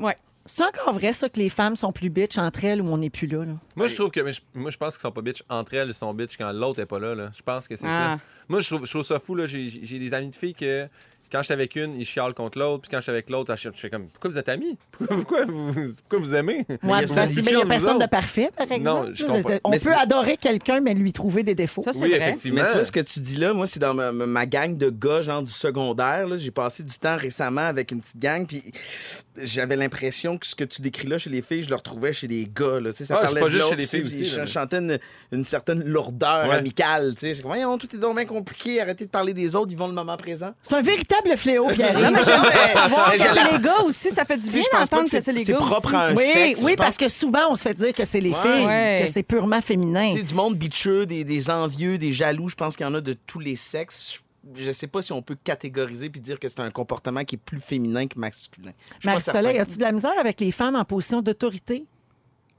ouais.
C'est encore vrai, ça, que les femmes sont plus bitches entre elles ou on n'est plus là. là.
Moi, je trouve que. mais je- Moi, je pense qu'ils sont pas bitch entre elles, ils sont bitch quand l'autre est pas là. là. Je pense que c'est
Ah.
ça. Moi, je trouve, je trouve ça fou. là. J'ai j'ai- j'ai des amis de filles que. Quand je suis avec une, ils chialent contre l'autre. Puis quand je suis avec l'autre, je je fais comme Pourquoi vous êtes amis Pourquoi, pourquoi vous, pourquoi vous aimez
Ouais,
il y a ça,
parce
c'est
qu'il
chill,
n'y a
nous
personne de
autres.
parfait, par exemple.
je comprends.
On
Mais
peut
c'est-
adorer quelqu'un, mais lui trouver des défauts.
Ça, c'est
Oui,
vrai.
effectivement.
Mais tu vois, ce que tu dis là, moi, c'est dans ma, ma- ma gang de gars, genre du secondaire. là. J'ai passé du temps récemment avec une petite gang, puis j'avais l'impression que ce que tu décris là chez les filles, je le retrouvais chez les gars. Là. Tu sais, Ça
Ah, c'est
parlait
pas
de
juste
l'autre,
chez les
tu sais,
filles
puis
aussi,
Je
là.
chantais une, une certaine lourdeur
Ouais.
amicale. Tu sais. J'étais comme, Voyons, tout est donc bien compliqué, arrêtez de parler des autres, ils vont le moment présent.
C'est un véritable fléau, pierre
Non, Ah, mais j'aime ça savoir
Mais
que
c'est Ah, les gars aussi, ça fait du
Tu
bien
sais, je pense pas
d'entendre
que
que, c'est les
c'est
gars.
propre
aussi.
à un
Oui,
sexe.
oui
je pense.
parce que souvent, on se fait dire que c'est les
Ouais.
filles,
Ouais.
que c'est purement féminin.
Tu sais, du monde bitcheux, des, des envieux, des jaloux, je pense qu'il y en a de tous les sexes. Je je sais pas si on peut catégoriser puis dire que c'est un comportement qui est plus féminin que masculin. Je suis pas certain.
Marie-Soleil, as-tu de la misère avec les femmes en position d'autorité?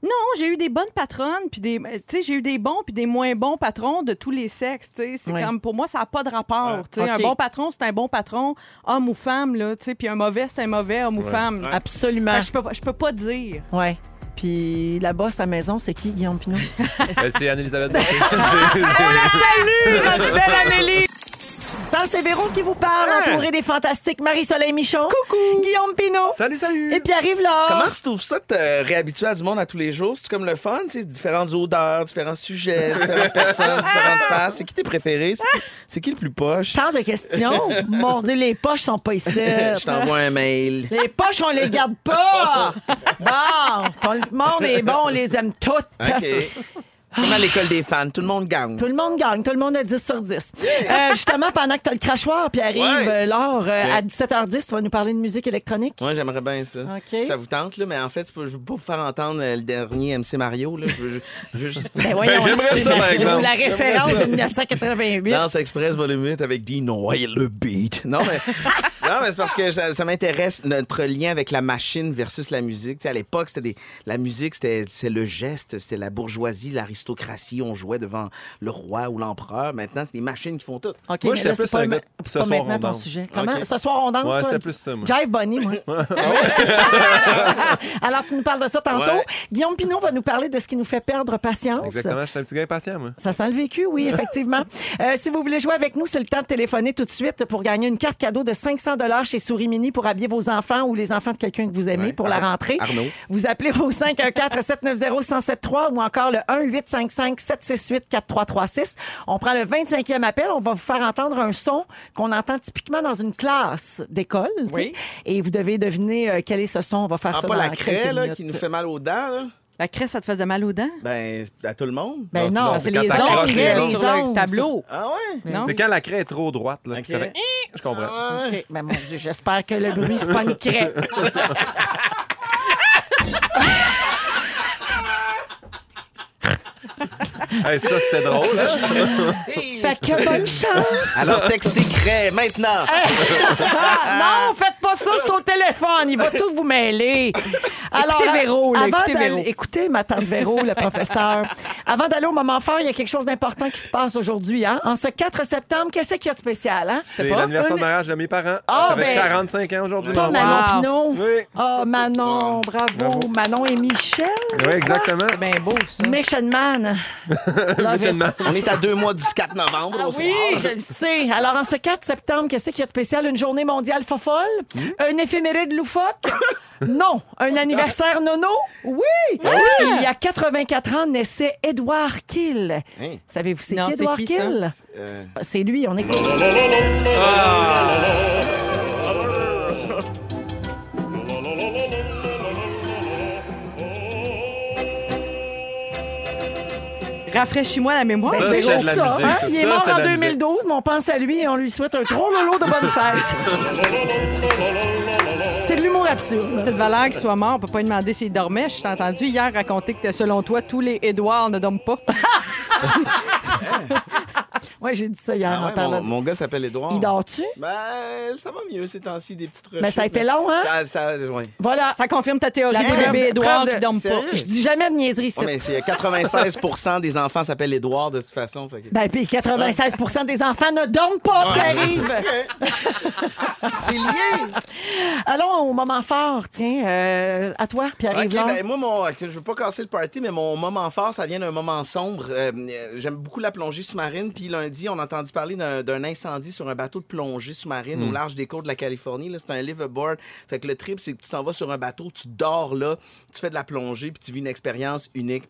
Non, j'ai eu des bonnes patronnes, puis des. euh, Tu sais, j'ai eu des bons puis des moins bons patrons de tous les sexes. Tu sais, c'est
Ouais.
comme. Pour moi, ça n'a pas de rapport. tu sais.
OK.
Un bon patron, c'est un bon patron, homme ou femme, là. Tu sais, puis un mauvais, c'est un mauvais homme ou femme.
Absolument.
Fait que Je peux, pas- je peux pas dire.
Ouais. Puis la bosse à maison, c'est qui, Guillaume Pinot?
Euh, c'est Anne-Elisabeth Bossé. C'est- c'est-
Salut, notre belle Amélie! Dans c'est Véro qui vous parle, entouré des fantastiques Marie-Soleil Michon. Coucou! Guillaume Pinot.
Salut, salut!
Et puis arrive là.
Comment tu trouves ça de te réhabituer à du monde à tous les jours? C'est comme le fun, tu sais, différentes odeurs, différents sujets, différentes personnes, différentes faces. C'est qui tes préférés? C'est qui- C'est qui le plus poche?
Tant de questions. Mon Dieu, les poches sont pas ici.
Je t'envoie un mail.
Les poches, on les garde pas! Bon, tout le monde est bon, on les aime toutes.
OK. Comme à l'école des fans, tout le monde gagne.
Tout le monde gagne, tout le monde a 10 sur 10. Euh, justement, pendant que tu as le crachoir, puis arrive
Ouais.
euh, Laure, euh,
Ok.
à 17h10, tu vas nous parler de musique électronique.
Moi, j'aimerais bien ça.
OK.
Ça vous tente, là, mais en fait, c'est pas- je veux pas vous faire entendre euh, le dernier MC Mario. Là. Je veux ju- je veux juste.
Ben voyons,
Ben, j'aimerais
c'est
ça, par exemple.
La référence de 1988.
Danse Express volume 8 avec Dino et le beat. Non, mais, non, mais c'est parce que ça, ça m'intéresse notre lien avec la machine versus la musique. Tu sais, à l'époque, c'était des- la musique, c'était c'est le geste, c'est la bourgeoisie, l'aristocratie. On jouait devant le roi ou l'empereur. Maintenant, c'est les machines qui font tout.
OK,
Moi,
mais
j'étais
là,
plus
c'est pas,
un
ma-
gars de
c'est
ce
pas
soir,
maintenant
on
ton
danse.
sujet. Comment?
OK.
Ce soir, on danse,
Ouais,
toi?
c'était plus ça, moi.
Jive Bunny, moi. Ah Alors, tu nous parles de ça tantôt.
Ouais.
Guillaume Pinot va nous parler de ce qui nous fait perdre patience.
Exactement, je suis un petit gars impatient, moi.
Ça sent le vécu, oui, effectivement. Euh, si vous voulez jouer avec nous, c'est le temps de téléphoner tout de suite pour gagner une carte cadeau de 500 chez Souris Mini pour habiller vos enfants ou les enfants de quelqu'un que vous aimez
Ouais.
pour la rentrée.
Arnaud.
Vous appelez au 514-790-1073 ou encore le 1-855-768-4336. On prend le 25e appel. On va vous faire entendre un son qu'on entend typiquement dans une classe d'école. tu sais.
Oui.
Et vous devez deviner euh, quel est ce son. On va faire
Ah,
ça
pas
dans
la craie
quelques
là,
minutes.
qui nous fait mal aux dents. Là.
La craie, ça te faisait mal aux dents?
Ben, à tout le monde.
Ben
Non,
non,
sinon,
c'est
quand
les
t'as
ongles,
accroché, là.
les
sur le
ongles.
tableau.
Ah ouais?
Non?
C'est quand la craie est trop droite, là.
OK.
que ça fait- Je comprends.
Ah ouais.
OK, ben mon Dieu, j'espère que le bruit, c'est pas une craie.
Hey, ça, c'était drôle. hein?
Fait que Euh, bonne chance!
Alors, textez craie maintenant.
Ah, non, faites pas ça, c'est au téléphone. Il va tout vous mêler.
Écoutez
là,
Véro, là,
avant
écoutez
d'aller-
Véro.
écoutez ma tante Véro, le professeur. Avant d'aller au moment fort, il y a quelque chose d'important qui se passe aujourd'hui. Hein? En ce 4 septembre, qu'est-ce qu'il y a de spécial? Hein?
C'est l'anniversaire de mariage de mes parents.
Ah,
ça fait
ben-
45 ans aujourd'hui.
Pas
mon
Manon
père.
Wow.
Pinot.
Oui.
Oh, Manon, bravo.
Bravo.
Manon et Michel.
Oui, exactement.
C'est bien Ben, beau, ça.
Mission Man. Love it.
Gentleman.
On est à deux mois du 4 novembre.
Ah
on
oui, je le sais. Alors, en ce 4 septembre, qu'est-ce qu'il y a de spécial? Une journée mondiale fofolle? Un éphéméride loufoque? non. Un anniversaire nono? Oui. Ah! Il y a 84 ans, naissait Edouard Kill.
Hein?
Savez-vous c'est
Non,
qui
c'est
Edouard
qui, ça?
Kill?
Euh.
C'est lui, on écoute.
Rafraîchis-moi la mémoire. Ben,
Ça,
c'est
c'était
juste
de la
ça.
musique,
hein?
ça.
Il est
Ça,
mort
c'était
en
de la musique.
2012, mais on pense à lui et on lui souhaite un trop lolo de bonne fête. c'est de l'humour absurde.
Cette valeur qu'il soit mort, on peut pas lui demander s'il dormait. Je t'ai entendu hier raconter que selon toi, tous les Édouards ne dorment pas.
Oui, j'ai dit ça hier
Ah
en
ouais,
parlant.
mon, mon gars s'appelle Edouard.
Il dort-tu?
Ben, ça va mieux ces temps-ci, des petites recherches.
Ben, ça a été long, hein?
Ça, ça, ouais.
Voilà.
Ça confirme ta théorie
La
des
preuve-
bébés Édouard
preuve de-
qui dorment pas.
Sérieux?
Je dis jamais de niaiserie ici.
Ouais, mais c'est 96 des enfants s'appellent Édouard, de toute façon. fait que-
Ben, puis 96 des enfants ne dorment pas, puis arrive.
C'est lié!
Allons au moment fort, tiens, euh, à toi, puis
Ok,
arrive
ben, moi, mon, je veux pas casser le party, mais mon moment fort, ça vient d'un moment sombre. Euh, euh, J'aime beaucoup la plongée sous-marine. Puis lundi, on a entendu parler d'un d'un incendie sur un bateau de plongée sous-marine au large des côtes de la Californie. Là, C'est un live aboard. Fait que le trip, c'est que tu t'en vas sur un bateau, tu dors là, tu fais de la plongée, puis tu vis une expérience unique.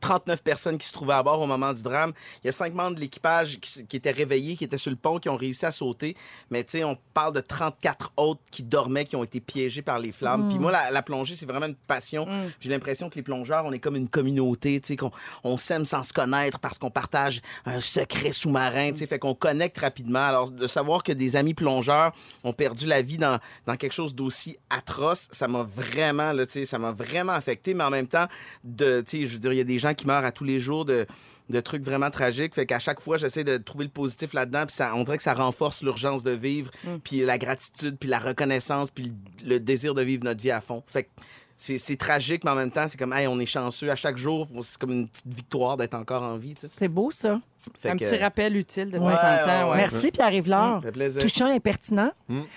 39 personnes qui se trouvaient à bord au moment du drame. Il y a cinq membres de l'équipage qui, s- qui étaient réveillés, qui étaient sur le pont, qui ont réussi à sauter. Mais tu sais, on parle de 34 autres qui dormaient, qui ont été piégés par les flammes. Puis moi, la, la plongée, c'est vraiment une passion. J'ai l'impression que les plongeurs, on est comme une communauté, tu sais, qu'on on s'aime sans se connaître parce qu'on partage un secret sous-marin, tu sais, fait qu'on connecte rapidement. Alors, de savoir que des amis plongeurs ont perdu la vie dans, dans quelque chose d'aussi atroce, ça m'a vraiment, là, tu sais, ça m'a vraiment affecté. Mais en même temps, de, tu sais, je veux dire, il y a des gens qui meurent à tous les jours de de trucs vraiment tragiques. Fait qu'à chaque fois, j'essaie de trouver le positif là-dedans. Puis ça, on dirait que ça renforce l'urgence de
Mm.
vivre, puis la gratitude, puis la reconnaissance, puis le, le désir de vivre notre vie à fond. Fait que c'est c'est tragique, mais en même temps, c'est comme, hey, on est chanceux à chaque jour. C'est comme une petite victoire d'être encore en vie. tu sais.
C'est beau, ça.
Fait
un
que-
petit rappel utile de temps
Ouais,
en temps. ouais.
Merci, Pierre-Yves-Laure.
Ça fait plaisir.
Touchant et pertinent.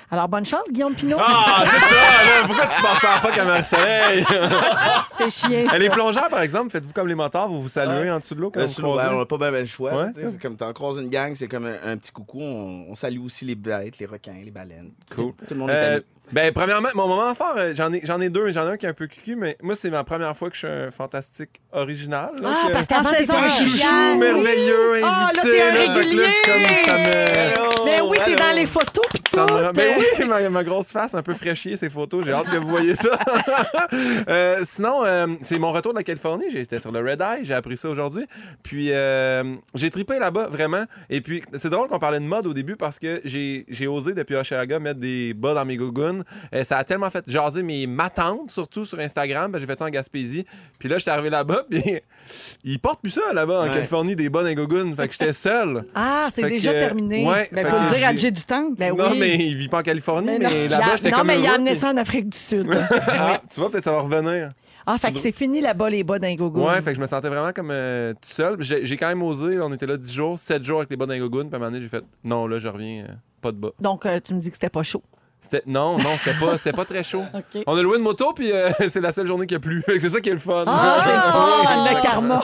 Alors, bonne chance, Guillaume Pinot.
Hmm. Ah, c'est ça, là! Pourquoi tu m'en parles pas comme un soleil? Euh,
C'est chien.
les plongeurs, par exemple, faites-vous comme les motards, vous vous saluez en dessous de l'eau quand
Euh, Le
vous
slow, ouais,
croisez?
on n'a pas bien le choix.
Ouais.
tu sais, C'est comme t'en croises une gang, c'est comme un, un petit coucou. On, on salue aussi les bêtes, les requins, les baleines.
Cool.
Tout le monde est
Euh,
ami.
ben, premièrement, mon moment fort, euh, j'en ai, j'en ai deux, j'en ai un qui est un peu cucu, mais moi, c'est ma première fois que je suis un fantastique original. là,
Ah,
que-
parce qu'avant,
en
t'étais
saison,
un
euh, un chouchou
chien.
merveilleux,
Ah, là,
invité,
t'es un
là, fait que là, je suis
régulier.
comme, ça me-
Mais oui, t'es
Allô?
dans les photos, puis tout.
Ça me rend- Ben
euh,
oui, ma, ma grosse face, un peu fraîchie, ces photos. J'ai hâte que vous voyez ça. Euh, sinon, euh, c'est mon retour de la Californie. J'étais sur le Red Eye. J'ai appris ça aujourd'hui. Puis, euh, j'ai tripé là-bas, vraiment. Et puis, c'est drôle qu'on parlait de mode au début parce que j'ai j'ai osé, depuis Hochelaga, mettre des bas dans mes gougounes. Euh, ça a tellement fait jaser mes matantes, surtout sur Instagram. parce que j'ai fait ça en Gaspésie. Puis là, j'étais arrivé là-bas, puis ils portent plus ça là-bas, en
Ouais.
Californie, des bas dans les gougounes. Fait que j'étais seul.
Ah, c'est
Fait
déjà
que-
terminé.
Ouais,
Ben,
fait
faut
que
le dire à
j'ai-
Jay du temps.
Ben oui.
non, mais il vit pas en Californie, mais,
Mais non.
Il
là-bas,
a-
j'étais
non,
comme
mais il a
heureux,
amené
puis-
ça en Afrique du Sud.
Ah, tu vois, peut-être ça va revenir.
Ah, fait que c'est fini là-bas, les bas d'un gogo.
Ouais, fait que je me sentais vraiment comme euh, tout seul. J'ai j'ai quand même osé. là, on était là 10 jours, 7 jours avec les bas d'Ingogoun. Puis à un moment donné, j'ai fait non, là, je reviens, euh, pas de bas.
Donc, euh, tu me dis que c'était pas chaud.
C'était- Non, non, c'était pas, c'était pas très chaud.
OK.
On a loué une moto, puis euh, c'est la seule journée qu'il y a plu. Fait que c'est ça qui est le fun.
Ah, c'est le fun, le
Oui.
karma.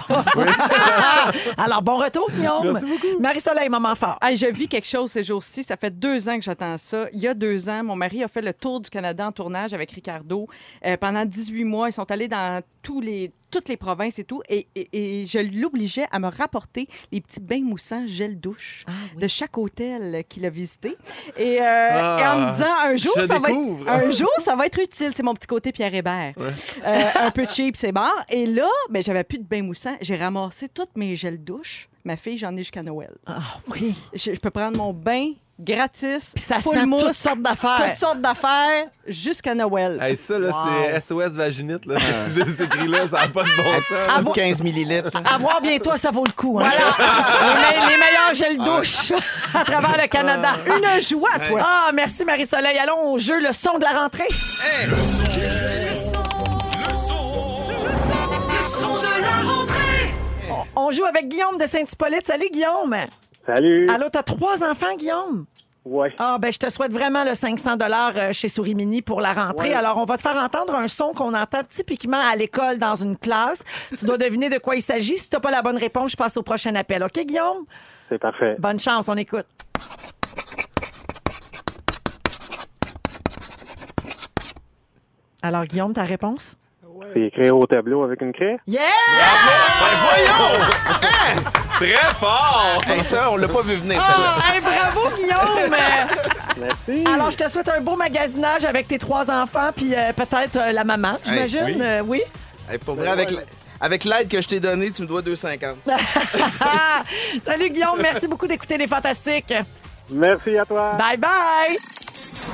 Alors, bon retour, Guillaume.
Merci beaucoup.
Marie-Soleil, moment fort.
Hey, je vis quelque chose ces jours-ci. Ça fait deux ans que j'attends ça. Il y a deux ans, mon mari a fait le tour du Canada en tournage avec Ricardo. Euh, pendant 18 mois, ils sont allés dans tous les, toutes les provinces et tout. Et, et- et je l'obligeais à me rapporter les petits bains moussants gel douche de chaque hôtel qu'il a visité. Et, euh,
Ah,
et en me disant, un jour,
je
ça va être
découvre.
un jour, ça va être utile. C'est mon petit côté Pierre Hébert. Euh, un peu cheap, c'est bon. Et là, ben, j'avais plus de bain moussant. J'ai ramassé toutes mes gels douche. Ma fille, j'en ai jusqu'à Noël.
Ah oui.
Je, je peux prendre mon bain gratis.
Puis ça
full
sent
mousse,
toutes sortes d'affaires.
toutes sortes d'affaires jusqu'à Noël.
Hey, ça, là, c'est SOS vaginite. Là, ce que tu décris là, ça n'a pas de bon sens.
Un petit
Ah,
coup
bon-
de 15 millilitres. là.
Avoir bientôt, ça vaut le coup. hein. les, me- les meilleurs gels
Ah.
douche à travers le Canada. Une joie, toi. Ah, merci, Marie-Soleil. Allons au jeu, le son de la rentrée. On joue avec Guillaume de Saint-Hippolyte. Salut, Guillaume.
Salut.
Allô, t'as trois enfants, Guillaume?
Ouais.
Ah, ben, je te souhaite vraiment le 500 euh, chez Souris Mini pour la rentrée.
Ouais.
Alors, on va te faire entendre un son qu'on entend typiquement à l'école dans une classe. Tu dois deviner de quoi il s'agit. Si t'as pas la bonne réponse, je passe au prochain appel. OK, Guillaume?
C'est parfait.
Bonne chance, on écoute. Alors, Guillaume, ta réponse?
C'est écrit au tableau avec une craie.
Yeah!
Très fort!
Hey, ça, on l'a pas vu venir, celle-là.
Ah, hey, bravo, Guillaume!
Merci.
Alors, je te souhaite un beau magasinage avec tes trois enfants, puis euh, peut-être euh, la maman, j'imagine.
oui.
euh, oui.
Ah! Hey, pour vrai, avec, l- avec l'aide que je t'ai donnée, tu me dois 2,50.
Ah! Salut, Guillaume. Merci beaucoup d'écouter Les Fantastiques.
Merci à toi.
Bye bye!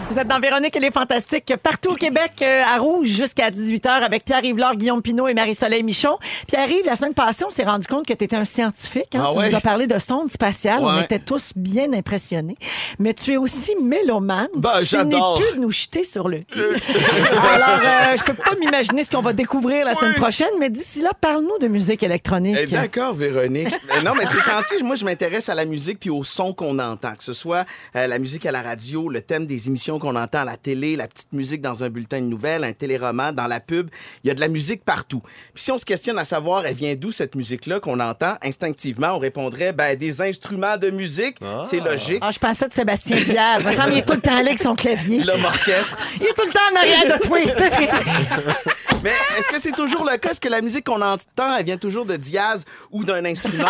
Vous êtes dans Véronique et les Fantastiques partout au Québec, euh, à Rouge, jusqu'à 18h avec Pierre-Yves Laure, Guillaume Pinot et Marie-Soleil Michon. Pierre-Yves, la semaine passée, on s'est rendu compte que tu étais un scientifique. hein.
Ah
tu
ouais?
nous as parlé de sondes spatiales. On
Ouais.
était tous bien impressionnés. Mais tu es aussi mélomane.
Ben,
tu
j'adore. Euh.
finis plus de nous jeter sur le cul. Alors, euh, je peux pas m'imaginer ce qu'on va découvrir la semaine prochaine, mais d'ici là, parle-nous de musique électronique.
Eh, D'accord, Véronique. Mais non, mais ces temps-ci, moi, je m'intéresse à la musique puis au son qu'on entend, que ce soit euh, la musique à la radio, le thème des émissions qu'on entend à la télé, la petite musique dans un bulletin de nouvelles, un téléroman, dans la pub. Il y a de la musique partout. Puis si on se questionne à savoir, elle vient d'où cette musique-là qu'on entend, instinctivement, on répondrait, ben, des instruments de musique. C'est logique.
Ah, je pensais de Sébastien Diaz. Il me semble qu'il est tout le temps là avec son clavier.
L'homme orchestre.
Il est tout le temps en arrière de toi.
Mais est-ce que c'est toujours le cas? Est-ce que la musique qu'on entend, elle vient toujours de diaz ou d'un instrument?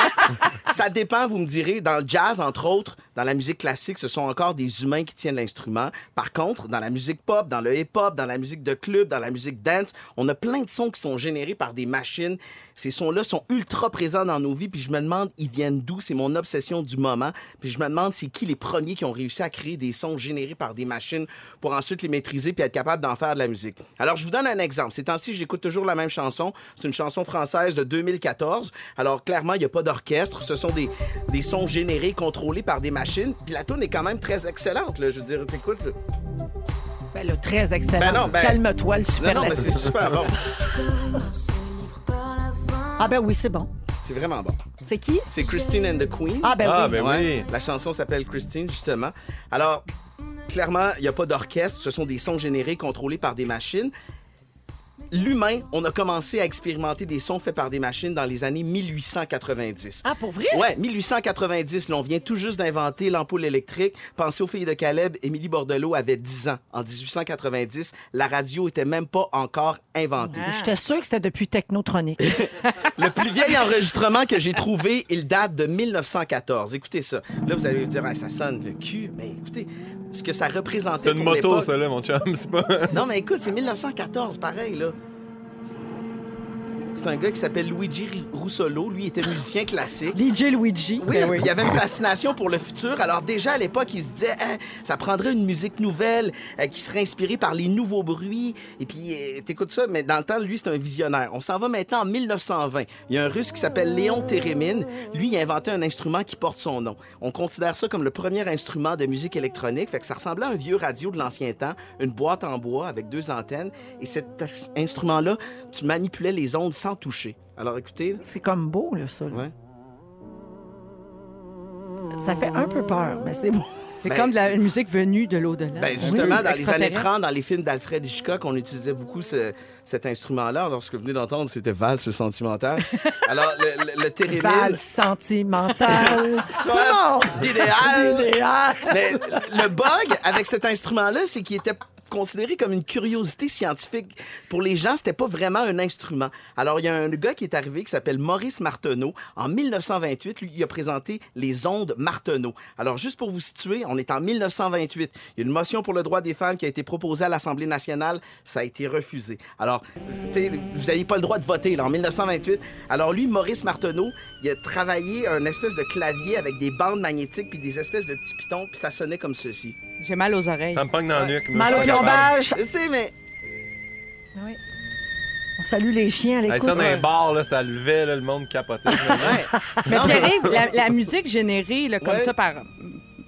Ça dépend, vous me direz. Dans le jazz, entre autres, dans la musique classique, ce sont encore des humains qui tiennent l'instrument. Par contre, dans la musique pop, dans le hip-hop, dans la musique de club, dans la musique dance, on a plein de sons qui sont générés par des machines. Ces sons-là sont ultra présents dans nos vies, puis je me demande, ils viennent d'où? C'est mon obsession du moment. Puis je me demande, c'est qui les premiers qui ont réussi à créer des sons générés par des machines pour ensuite les maîtriser puis être capable d'en faire de la musique. Alors, je vous donne un exemple. Ces temps-ci, j'écoute toujours la même chanson. C'est une chanson française de 2014. Alors, clairement, il n'y a pas d'orchestre. Ce sont des, des sons générés, contrôlés par des machines. Puis la tune est quand même très excellente. Là. Je veux dire, écoute.
Ben là, très excellent.
Ben non, ben-
Calme-toi, le
Non, non, mais
superlatif.
c'est super bon.
ah ben oui, c'est bon.
C'est vraiment bon.
C'est qui?
C'est Christine and the Queen.
Ah ben
Ah,
oui.
ben
Ouais,
oui.
La chanson s'appelle Christine, justement. Alors, clairement, il n'y a pas d'orchestre. Ce sont des sons générés, contrôlés par des machines. L'humain, on a commencé à expérimenter des sons faits par des machines dans les années 1890.
Ah, pour vrai?
Ouais, 1890, là, on vient tout juste d'inventer l'ampoule électrique. Pensez aux filles de Caleb, Émilie Bordelot avait 10 ans. En 1890, la radio était même pas encore inventée.
J'étais sûre que c'était depuis Technotronic.
Le plus vieil enregistrement que j'ai trouvé, il date de 1914. Écoutez ça. Là, vous allez vous dire, Ah, ça sonne le cul, mais écoutez, ce que ça représentait.
C'est une moto,
pour l'époque-
ça, là, mon chum. C'est pas.
Non, mais écoute, c'est 1914, pareil, là. C'est un gars qui s'appelle Luigi Ri- Russolo. Lui, il était musicien classique.
DJ Luigi.
Oui, puis il y avait une fascination pour le futur. Alors déjà à l'époque, il se disait, Hein, ça prendrait une musique nouvelle euh, qui serait inspirée par les nouveaux bruits. Et puis, euh, t'écoutes ça, mais dans le temps, lui, c'est un visionnaire. On s'en va maintenant en 1920. Il y a un Russe qui s'appelle Léon Térémine. Lui, il a inventé un instrument qui porte son nom. On considère ça comme le premier instrument de musique électronique. Fait que ça ressemblait à un vieux radio de l'ancien temps, une boîte en bois avec deux antennes. Et cet as- instrument-là, tu manipulais les ondes sans toucher. Alors écoutez, là.
C'est comme beau, là, ça. là.
Ouais.
Ça fait un peu peur, mais c'est beau.
C'est
Ben-
comme de la une musique venue de l'au-delà.
Ben, justement,
Oui,
dans les années
extraterrestre.
30, dans les films d'Alfred Hitchcock, on utilisait beaucoup ce- cet instrument-là. Alors, ce que vous venez d'entendre, c'était valse sentimentale. Alors, le, le, le térémine,
Val sentimental.
soif d'idéal.
Idéal.
Mais le bug avec cet instrument-là, c'est qu'il était considéré comme une curiosité scientifique. Pour les gens, c'était pas vraiment un instrument. Alors, il y a un gars qui est arrivé qui s'appelle Maurice Marteneau. En 1928, lui, il a présenté les ondes Marteneau. Alors, juste pour vous situer, on est en 1928. Il y a une motion pour le droit des femmes qui a été proposée à l'Assemblée nationale. Ça a été refusé. Alors, tu sais, vous n'avez pas le droit de voter, là, en 1928. Alors, lui, Maurice Marteneau, il a travaillé un espèce de clavier avec des bandes magnétiques puis des espèces de petits pitons, puis ça sonnait comme ceci.
J'ai mal aux oreilles.
Ça me pogne dans la nuque. moi,
Mal
je
au
suis pas capable.
lombage.
Je sais, mais
On salue les chiens à
Hey,
l'écoute.
ça, dans les bars, là, ça levait, là, le monde capotait.
Mais Pierre-Yves, la, la musique générée là, comme
Ouais.
ça par,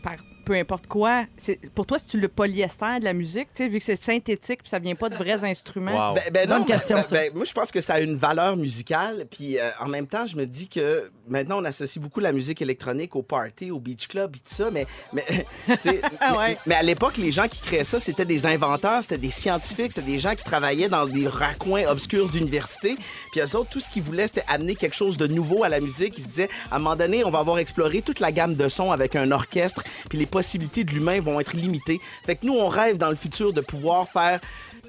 par peu importe quoi, c'est- pour toi, c'est-tu le polyester de la musique, tu sais, vu que c'est synthétique puis ça vient pas de vrais instruments?
Wow.
Ben, ben non,
Bonne question,
ben-
ça.
ben, moi, je pense que ça a une valeur musicale. Puis euh, en même temps, je me dis que maintenant, on associe beaucoup la musique électronique au party, au beach club et tout ça. Mais, mais, tu sais,
Ah ouais.
mais- mais à l'époque, les gens qui créaient ça, c'était des inventeurs, c'était des scientifiques, c'était des gens qui travaillaient dans des raccoins obscurs d'université. Puis eux autres, tout ce qu'ils voulaient, c'était amener quelque chose de nouveau à la musique. Ils se disaient, à un moment donné, on va avoir exploré toute la gamme de sons avec un orchestre, puis les possibilités de l'humain vont être limitées. Fait que nous, on rêve dans le futur de pouvoir faire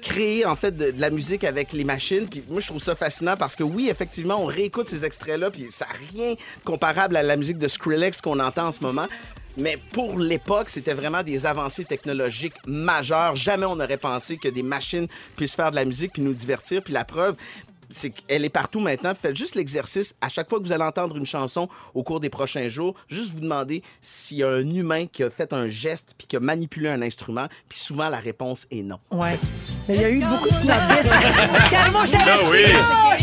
créer en fait de, de la musique avec les machines. Puis moi, je trouve ça fascinant parce que oui, effectivement, on réécoute ces extraits-là, puis ça n'a rien comparable à la musique de Skrillex qu'on entend en ce moment. Mais pour l'époque, c'était vraiment des avancées technologiques majeures. Jamais on n'aurait pensé que des machines puissent faire de la musique puis nous divertir. Puis la preuve, c'est qu'elle est partout maintenant. Faites juste l'exercice. À chaque fois que vous allez entendre une chanson au cours des prochains jours, juste vous demander s'il y a un humain qui a fait un geste puis qui a manipulé un instrument. Puis souvent, la réponse est non.
Ouais. Mais il y a eu beaucoup de snobisme. Calme-moi, chérie.
Ben oui.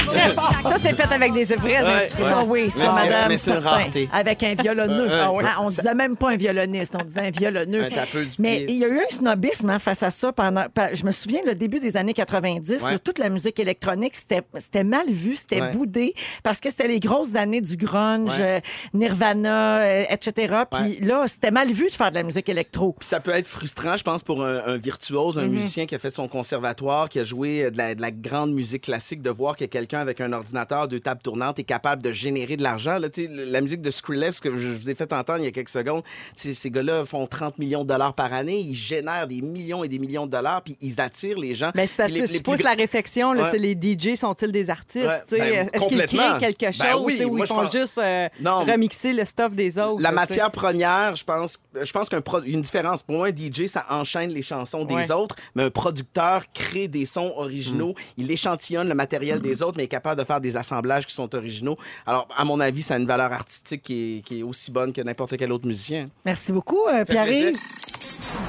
Ça, c'est fait avec des vrais instruments.
Ça, oui, ça,
Mais c'est-
madame.
mais c'est une
certain.
rareté.
Avec un violonneux.
Euh, euh,
Hein, on disait même pas un violoniste, on disait un violonneux.
Un tapeux du
mais
pied.
il y a eu un snobisme hein, face à ça. pendant. pa- Je me souviens, le début des années 90,
Ouais.
là, toute la musique électronique, c'était c'était mal vu, c'était
Ouais.
boudé, parce que c'était les grosses années du grunge, euh,
Ouais.
Nirvana, euh, etc. Puis là, c'était mal vu de faire de la musique électro.
Puis ça peut être frustrant, je pense, pour un, un virtuose, un
Mhm.
musicien qui a fait son conservatoire, qui a joué euh, de la, de la grande musique classique, de voir que quelqu'un avec un ordinateur, deux tables tournantes, est capable de générer de l'argent. Là, tu sais, la musique de Skrillex, que je vous ai fait entendre il y a quelques secondes, ces, ces gars-là font 30 millions de dollars par année, ils génèrent des millions et des millions de dollars, puis ils attirent les gens.
Ben,
Puis les- les
c'est
plus
pousse
grands-
la réflexion, là,
Ouais.
c'est les DJ sont-ils des artistes?
Ouais,
tu sais,
ben,
Est-ce qu'ils
complètement.
créent quelque chose
Ben oui,
tu sais, ou
moi,
ils
je
font
pense-
juste euh,
Non, mais-
remixer le stuff des autres?
La
là, tu sais?
matière première, je pense, je pense qu'un pro- une différence pour moi, un DJ, ça enchaîne les chansons des
Ouais.
autres, mais un producteur crée des sons originaux,
Mm.
il échantillonne le matériel des autres, mais est capable de faire des assemblages qui sont originaux. Alors, à mon avis, ça a une valeur artistique qui est, qui est aussi bonne que n'importe quel autre musicien.
Merci beaucoup, euh, Pierre-Yves.
plaisir.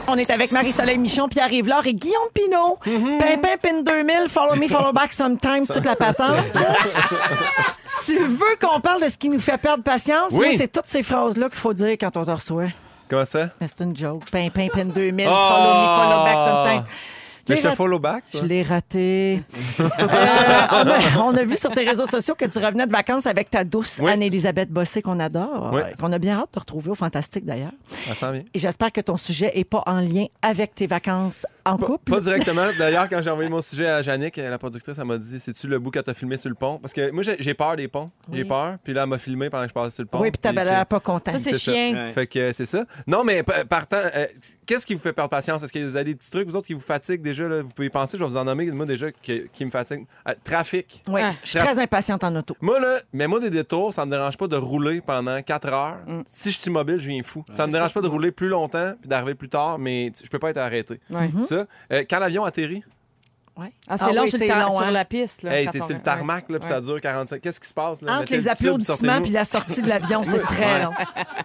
On est avec Marie-Soleil Michon, Pierre-Yves Laure et Guillaume Pinault.
Mm-hmm.
Pimpin, Pin 2000, Follow Me, Follow Back Sometimes, toute la patente. tu veux qu'on parle de ce qui nous fait perdre patience?
Oui.
Nous, c'est toutes ces phrases-là qu'il faut dire quand on te reçoit.
Comment ça?
Mais c'est une joke. Pimpin, Pin 2000,
Oh!
Follow Me, Follow Back Sometimes.
Mais
l'ai
je te
rat-
follow back.
Je
toi.
l'ai raté. Euh, on, a, on a vu sur tes réseaux sociaux que tu revenais de vacances avec ta douce
Oui.
Anne-Élisabeth Bossé qu'on adore,
Oui.
euh, qu'on a bien hâte de retrouver au Fantastique d'ailleurs.
Ça sent bien.
Et j'espère que ton sujet n'est pas en lien avec tes vacances en couple.
Pas directement. D'ailleurs, quand j'ai envoyé mon sujet à Yannick, la productrice, elle m'a dit C'est-tu le bout que t'as filmé sur le pont Parce que moi, j'ai- j'ai peur des ponts. J'ai
Oui.
peur. Puis là, elle m'a filmé pendant que je passais sur le pont.
oui, puis t'avais
j'ai-
l'air pas content.
Ça, c'est
c'est ça.
chien.
Ouais.
Fait que euh, c'est ça. Non, mais pa- partant, euh, qu'est-ce qui vous fait perdre patience? Est-ce que vous avez des petits trucs, vous autres, qui vous fatiguent déjà? là? Vous pouvez y penser, je vais vous en nommer, moi déjà, que- qui me fatigue. Euh, trafic.
Oui,
Ah.
je suis très impatiente en auto.
Moi, là, mais moi, des détours, ça me dérange pas de rouler pendant 4 heures.
Mm.
Si je suis immobile, je viens fou. Ça me
C'est
dérange
ça.
pas de rouler plus longtemps puis d'arriver plus tard, mais t- je peux pas être arrêté.
Ouais.
Ça. Euh, quand l'avion atterrit,
Ouais.
Ah, c'est
Ah
long
oui,
sur, le
c'est
tar-
long,
sur
hein.
la piste. Là,
hey,
quand
t'es
on-
sur le
ouais.
tarmac, là, puis
Ouais.
ça dure 45. Qu'est-ce qui se passe? Là?
Entre
Mettez
les
le tube,
applaudissements
sortez-nous.
puis la sortie de l'avion, c'est très
Ouais.
long.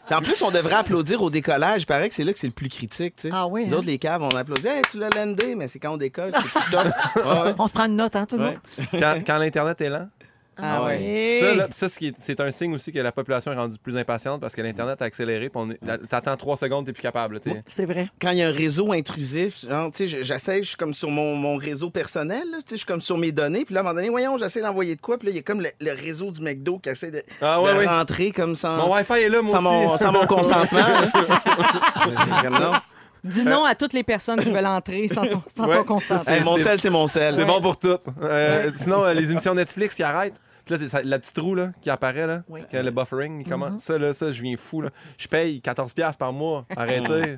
Puis en plus, on devrait applaudir au décollage. Il paraît que c'est là que c'est le plus critique. tu sais.
Ah oui,
Les
hein?
autres, les caves, on applaudit. Hey, tu l'as landé, mais c'est quand on décolle, que c'est plus tough. Ouais, ouais.
On se prend une note, hein, tout le
Ouais.
monde?
Quand, quand l'Internet est lent.
Ah ouais.
oui.
Ça, là, ça, ce qui est- c'est un signe aussi que la population est rendue plus impatiente parce que l'Internet a accéléré. puis on est- la- T'attends 3 secondes, t'es plus capable. là, t'es-
C'est vrai.
Quand il y a un réseau intrusif, genre, tu sais, je- j'essaie, je suis comme sur mon, mon réseau personnel, là, tu sais, je suis comme sur mes données. Puis là, à un moment donné, voyons, j'essaie d'envoyer de quoi. Puis là, il y a comme le, le réseau du McDo qui essaie de,
Ah ouais,
de
oui.
rentrer comme sans,
Mon Wi-Fi est là, moi
sans, mon,
aussi.
sans mon consentement. hein. C'est comme non.
Dis non à toutes les personnes qui veulent entrer sans ton, sans
Ouais,
ton consentement.
C'est-
Hey, mon
c'est-
sel, c'est mon sel.
C'est bon pour tout. Euh, sinon, euh, les émissions Netflix qui arrêtent. Puis là, c'est ça- la petite roue là, qui apparaît, là,
Oui. Mm-hmm.
que le buffering il commence. Ça, là, ça, je viens fou. Là. Je paye 14$ par mois. Arrêtez.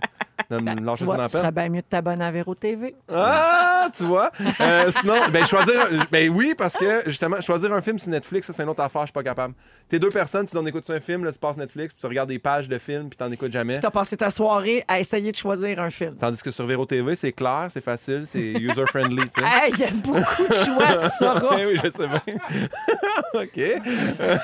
de me
Mm. Tu
lâcher
vois,
sur la
tu serais bien mieux de t'abonner à Véro TV.
Ah, tu vois. Euh, sinon, ben choisir. un- Ben oui, parce que justement, choisir un film sur Netflix, ça c'est une autre affaire, je suis pas capable. T'es deux personnes, tu t'en écoutes un film, là, tu passes Netflix, puis tu regardes des pages de films, puis t'en écoutes jamais.
T'as passé ta soirée à essayer de choisir un film.
Tandis que sur Vero TV, c'est clair, c'est facile, c'est user-friendly, tu sais.
Hey, il y a beaucoup de choix, tu sauras.
Eh oui, je sais bien. OK.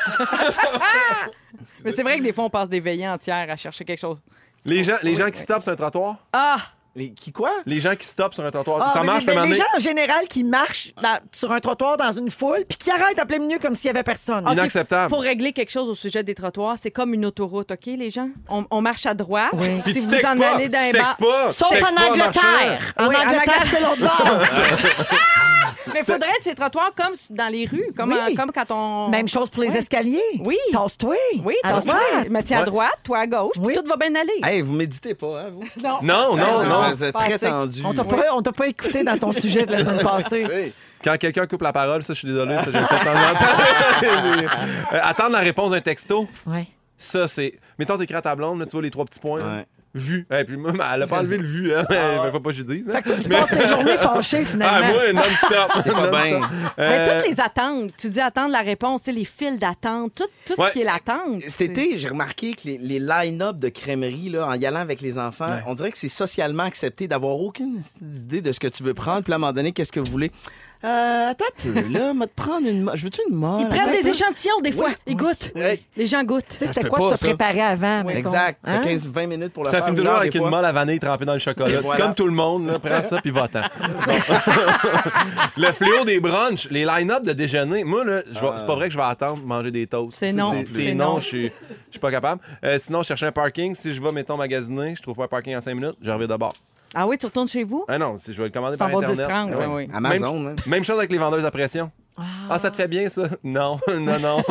Mais c'est vrai que des fois, on passe des veillées entières à chercher quelque chose.
Les gens,
Oh,
les gens qui stoppent sur un trottoir.
Ah!
Les- qui quoi?
Les gens qui stoppent sur un trottoir.
Ah,
ça
mais
marche,
les,
mais
mais les
m'amener.
gens en général qui marchent dans- sur un trottoir dans une foule puis qui arrêtent à plein milieu comme s'il n'y avait personne.
Ok,
Inacceptable.
Faut régler quelque chose au sujet des trottoirs. C'est comme une autoroute, OK, les gens? On, on marche à droite.
Oui.
Si
Puis tu
vous
textes
en
pas,
allez dans
tu
un
textes
bar.
pas, tu
Sauf
textes
en
pas
Angleterre. En
Oui, en
Angleterre,
Angleterre.
c'est l'autre bord.
Mais il faudrait être ces trottoirs comme s- dans les rues, comme,
Oui.
en- comme quand on.
Même chose pour les
Ouais.
escaliers.
Oui.
Tasse-toi.
Oui,
À
toi,
droite.
mais tiens à
Ouais.
droite, toi à gauche, puis
Oui.
tout va bien aller.
Hey, vous méditez pas, hein, vous?
Non, non,
Ah,
non.
Vous êtes
pas
très
assez.
tendu.
On t'a pas, on t'a pas écouté dans ton sujet de la semaine passée.
Quand quelqu'un coupe la parole, ça, je suis désolé, ça, j'ai fait de temps en temps. Mais, euh, attendre la réponse d'un texto,
Ouais.
ça, c'est. Mettons, t'écris à ta blonde, là, tu vois les trois petits points. là.
Ouais. Ah,
Vu. Et puis, moi, elle a pas enlevé le vu. Hein. Faut pas que je dise. hein.
Fait que toi, tu passes tes journées fâchées,
Ah,
finalement.
moi, non-stop.
pas
Non-stop.
bien.
Mais
Euh,
toutes les attentes, tu dis attendre la réponse, tu sais, les fils d'attente, tout, tout
Ouais.
ce qui est l'attente.
Cet été, j'ai remarqué que les, les line-up de crèmerie, là, en y allant avec les enfants, on dirait que c'est socialement accepté d'avoir aucune idée de ce que tu veux prendre. Puis là, à un moment donné, qu'est-ce que vous voulez? Euh, attends un peu, là, m'a te prendre une... mo- Je veux-tu une molle?
Ils
Attends
prennent
un
des
peu.
échantillons, des fois. Ils goûtent.
Hey.
Les gens goûtent.
Tu sais, c'était
peut
quoi
pas,
de se
ça.
préparer avant? mettons?
Exact. T'as
Hein?
15-20 minutes pour la
ça
faire.
finit
une
toujours
heure,
avec
des
une
fois.
malle à vanille trempée dans le chocolat. C'est
voilà.
comme tout le monde, là, prends ça puis va-t'en. le fléau des brunchs, les line-up de déjeuner. Moi, là, je vais- c'est
Euh.
pas vrai que je vais attendre de manger des toasts.
C'est non, c'est
C'est
non.
non, je suis je suis pas capable. Euh, sinon, chercher un parking. Si je vais, mettons, magasiner, je trouve pas un parking en 5 minutes, je reviens de bord.
Ah oui, tu retournes chez vous?
Ah non, si je vais le commander
Tu t'en
par
vas
Internet.
10-30,
Ah ouais.
oui, oui.
Amazon, hein.
Même, même chose avec les vendeuses à pression. Ah, ça te fait bien, ça? Non, non, non.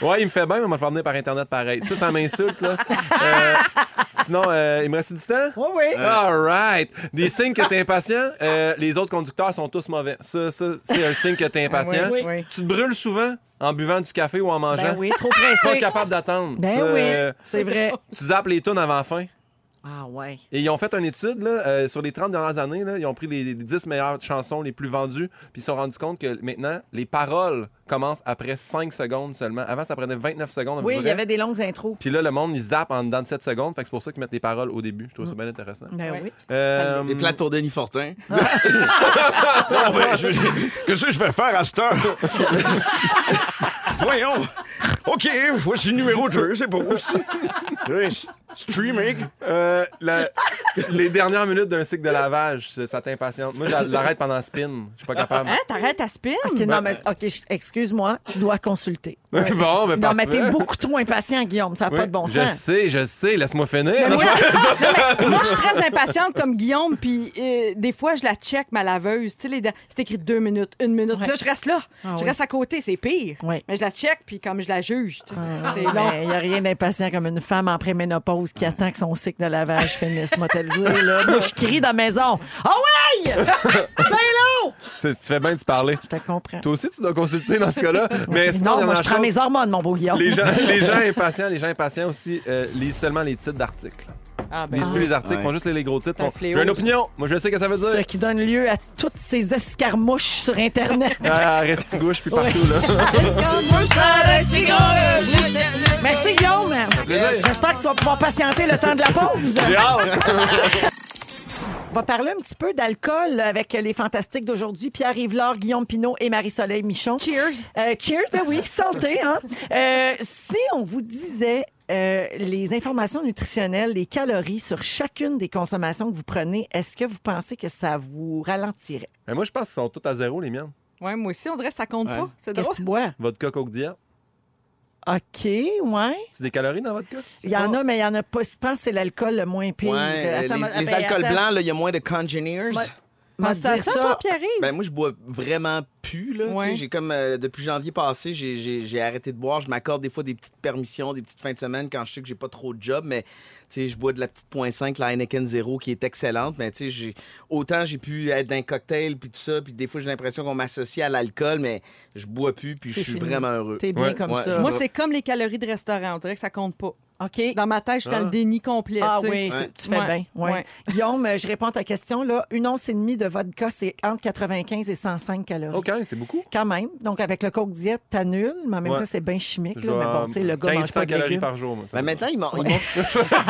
Ouais, il me fait bien, mais on va le faire venir par Internet pareil. Ça, ça m'insulte, là. Euh, sinon, euh, il me reste du temps?
Oui, oui.
All right. Des signes que t'es impatient, euh, les autres conducteurs sont tous mauvais. Ça, ça c'est un signe que t'es impatient.
Oui, oui.
Tu te brûles souvent en buvant du café ou en mangeant.
Ben Ben oui, trop
Pas
pressé.
capable d'attendre. Ça,
Ben
euh,
oui, c'est vrai.
tu zappes les tunes avant la fin.
Ah ouais.
Et ils ont fait une étude là, euh, sur les 30 dernières années. là, ils ont pris les, les 10 meilleures chansons les plus vendues. Puis ils se sont rendus compte que maintenant, les paroles commencent après 5 secondes seulement. Avant, ça prenait 29 secondes. à peu
Oui, il y
près.
avait des longues intros.
Puis là, le monde, ils zappent en dedans de 7 secondes. Fait que c'est pour ça qu'ils mettent les paroles au début. Je trouve ça bien intéressant.
Ben
Ouais.
oui.
Euh,
Des plates pour Denis Fortin.
Non, mais je- je- qu'est-ce que je vais faire à cette heure? Voyons. OK, voici le numéro 2, c'est beau aussi. Oui, Streaming.
Euh, la- les dernières minutes d'un cycle de lavage, ça ça t'impatiente. Moi, je l'arrête pendant la spin. Je suis pas capable.
Hein, t'arrêtes à spin?
OK, non,
Ben,
mais
euh,
OK, je- excuse-moi, tu dois consulter.
bon, ben,
Non, mais
parfait.
t'es beaucoup trop impatient, Guillaume. Ça n'a pas de bon
Je
sens.
sais, je sais. Laisse-moi finir.
Mais
Non,
moi,
je-
non, mais moi, je suis très impatiente comme Guillaume, puis euh, des fois, je la check, ma laveuse. Tu sais, les dents- c'est écrit deux minutes, une minute.
Ouais.
Là, je reste là.
Ah
je
oui.
reste à côté, c'est pire.
Oui.
Mais je la check, puis comme je la juge, tu sais, c'est
Il
long.
n'y Ah, ben, a rien d'impatient comme une femme en préménopause qui attend que son cycle de lavage finisse. Moi, te le dire, là. Moi, je crie dans la maison. Ah ouais! Ben long!
C'est- Tu fais bien de parler.
Je te comprends.
Toi aussi, tu dois consulter dans ce cas-là. Mais sinon,
non, moi,
dernière
je prends
chose,
mes hormones, mon beau Guillaume.
les gens, les gens impatients, les gens impatients aussi euh, lisent seulement les titres d'articles.
Ah, ben,
Ils lisent plus les articles,
Ouais.
font juste les, les gros titres.
C'est un
font, J'ai
fléau,
une
ça.
opinion. Moi, je sais ce que ça veut
Ce
dire.
qui donne lieu à toutes ces escarmouches sur Internet.
Ah, reste gauche puis partout là.
Merci, Guillaume.
plaisir.
J'espère que tu vas pouvoir patienter le temps de la pause.
J'ai hâte.
On va parler un petit peu d'alcool avec les fantastiques d'aujourd'hui. Pierre Yvelore, Guillaume Pinot et Marie-Soleil Michon.
cheers!
Euh, cheers, ben oui, santé. Hein? Euh, si on vous disait euh, les informations nutritionnelles, les calories sur chacune des consommations que vous prenez, est-ce que vous pensez que ça vous ralentirait?
Mais moi, je pense qu'ils sont tous à zéro, les miennes.
Ouais, moi aussi, on dirait que ça compte
Ouais.
pas. C'est
Qu'est-ce
drôle.
que tu bois?
Vodka Coke Diet.
OK, ouais.
C'est des calories dans vodka?
Il y
Ah.
en a, mais il y en a pas. Je pense que c'est l'alcool le moins pire.
Ouais,
euh,
euh,
Attends,
les,
ma-
les
ben,
alcools
attends.
blancs, là, il y a moins de congeners.
Ouais. M'a
Penses-tu à
dire
ça,
ça.
toi, Pierre-Yves?
Ben moi, je bois vraiment plus. Là, tu sais.
Ouais.
J'ai comme euh, depuis janvier passé, j'ai- j'ai j'ai arrêté de boire. Je m'accorde des fois des petites permissions, des petites fins de semaine quand je sais que j'ai pas trop de job, mais tu sais, je bois de la petite point 5, la Heineken 0 qui est excellente. Mais tu sais, j'ai- autant j'ai pu être d'un cocktail puis tout ça, puis des fois j'ai l'impression qu'on m'associe à l'alcool, mais je bois plus puis je
C'est
suis
fini.
vraiment heureux.
T'es bien
Ouais,
comme
ouais,
ça.
je
Moi, c'est comme les calories de restaurant. On dirait que ça compte pas.
OK.
Dans ma tête, je suis dans le déni complet.
Ah
tu sais.
oui, c'est-
Ouais.
tu fais
Ouais.
bien. ouais.
Ouais.
Guillaume, euh, je réponds à ta question. Là. Une once et demie de vodka, c'est entre 95 et 105 calories.
OK, c'est beaucoup.
Quand même. Donc, avec le coke diète, t'annules, mais en même
Ouais.
temps, c'est bien chimique.
Je
Là, mais
dois-
bon, tu sais, le gars mange
1500
pas de
calories
légumes.
par jour, moi. ça
Mais
me
Ben, maintenant, ils mon- ils montent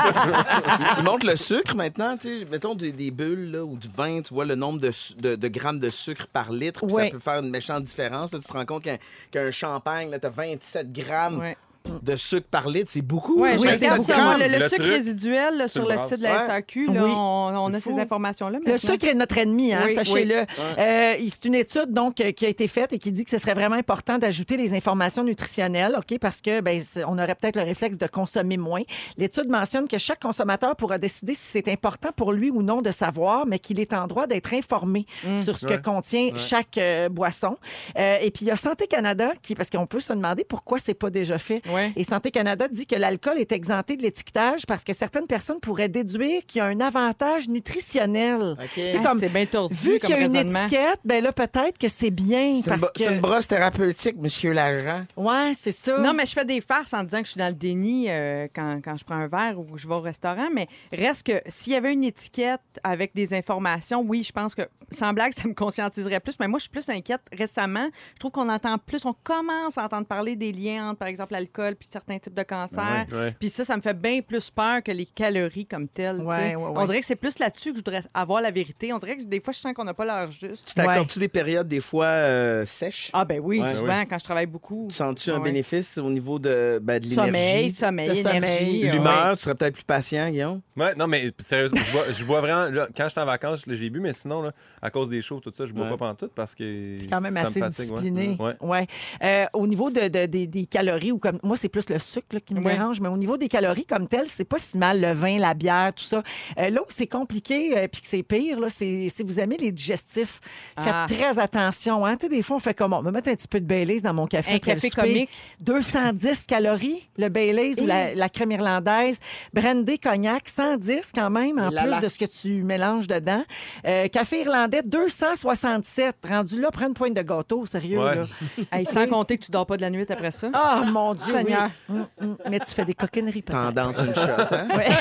ils- ils montent le sucre maintenant. tu sais, mettons des, des bulles là, ou du vin, tu vois le nombre de, su- de- de grammes de sucre par litre. puis
Ouais.
Ça peut faire une méchante différence. là. tu te rend compte qu'un qu'un champagne, tu as 27 grammes
Ouais.
de sucre par litre. C'est beaucoup.
Ouais,
hein,
je regarde
27
ça.
grammes.
Moi, le, le
Le
sucre
truc,
résiduel là, sur
le
le
brasses.
site de la
Ouais.
SAQ, là,
Oui.
on, on a
C'est fou.
ces informations-là.
Le
maintenant.
sucre est notre ennemi, hein,
Oui,
sachez-le. Euh, il- c'est une étude donc euh, qui a été faite et qui dit que ce serait vraiment important d'ajouter les informations nutritionnelles, ok, parce que ben, c'est- on aurait peut-être le réflexe de consommer moins. L'étude mentionne que chaque consommateur pourra décider si c'est important pour lui ou non de savoir, mais qu'il est en droit d'être informé
Mmh.
sur ce
Ouais.
que contient chaque euh, boisson. Euh, et puis il y a Santé Canada qui, parce qu'on peut se demander pourquoi c'est pas déjà fait.
Ouais.
Et Santé Canada dit que l'alcool est exempté de l'étiquetage parce que certaines personnes pourraient déduire qu'il y a un avantage nutritionnel. Tu sais,
Ah,
comme-
c'est bien tordu
Vu
comme
qu'il y a une
raisonnement.
étiquette, ben là peut-être que c'est bien
C'est une,
parce
bo-
que
c'est une brosse thérapeutique, monsieur l'agent.
ouais c'est ça.
Non, mais je fais des farces en disant que je suis dans le déni euh, quand, quand je prends un verre ou que je vais au restaurant, mais reste que s'il y avait une étiquette avec des informations, oui, je pense que, sans blague, ça me conscientiserait plus, mais moi, je suis plus inquiète récemment. Je trouve qu'on entend plus, on commence à entendre parler des liens entre, par exemple, l'alcool puis certains types de cancers.
Ouais.
Puis ça, ça me fait bien plus peur que les calories comme telles. tu sais.
Ouais, ouais, ouais.
On dirait que c'est plus là-dessus que je voudrais avoir la vérité. On dirait que des fois, je sens qu'on n'a pas l'heure juste.
Tu t'accordes-tu des périodes des fois euh, sèches?
Ah ben oui,
Ouais,
souvent, quand je travaille beaucoup.
Tu Sens-tu
Ah
un
ouais.
bénéfice au niveau de, ben, de l'énergie?
Sommeil, sommeil,
Le
énergie.
sommeil.
euh,
L'humeur, tu serais peut-être plus patient, Guillaume.
Ouais, non, mais sérieusement, je bois, je bois vraiment. là, quand j'étais en vacances, là, j'ai bu, mais sinon, là, à cause des shows, tout ça, je bois
Ouais.
pas pantoute parce que.
quand même
ça
assez
me fatigue, ouais. Mm,
discipliné.
Mm,
Ouais.
Ouais. Euh, au niveau de, de- des, des calories, ou comme moi, c'est plus le sucre là, qui me
Ouais.
dérange, mais au niveau des calories comme telles, c'est pas si mal le vin, la bière, tout ça. Euh, là où c'est compliqué et puis que c'est pire, là, c'est si vous aimez les digestifs, faites
Ah.
très attention. Hein. Tu sais, des fois, on fait comment? On va mettre un petit peu de Baileys dans mon café.
Un
après le
café
souper.
comique.
210 calories, le Baileys ou la, la crème irlandaise. Brandy, cognac, 110 quand même, en
Là
plus
là.
de ce que tu mélanges dedans. Euh, café irlandais, 267. Rendu là, prends une pointe de gâteau, sérieux.
Ouais.
là.
Hey, sans compter que tu dors pas de la nuit après ça.
Ah, mon Dieu,
Seigneur.
oui. Mm, mm. Mais tu fais des coquineries, peut-être.
Tendance une shot, hein?
Ouais.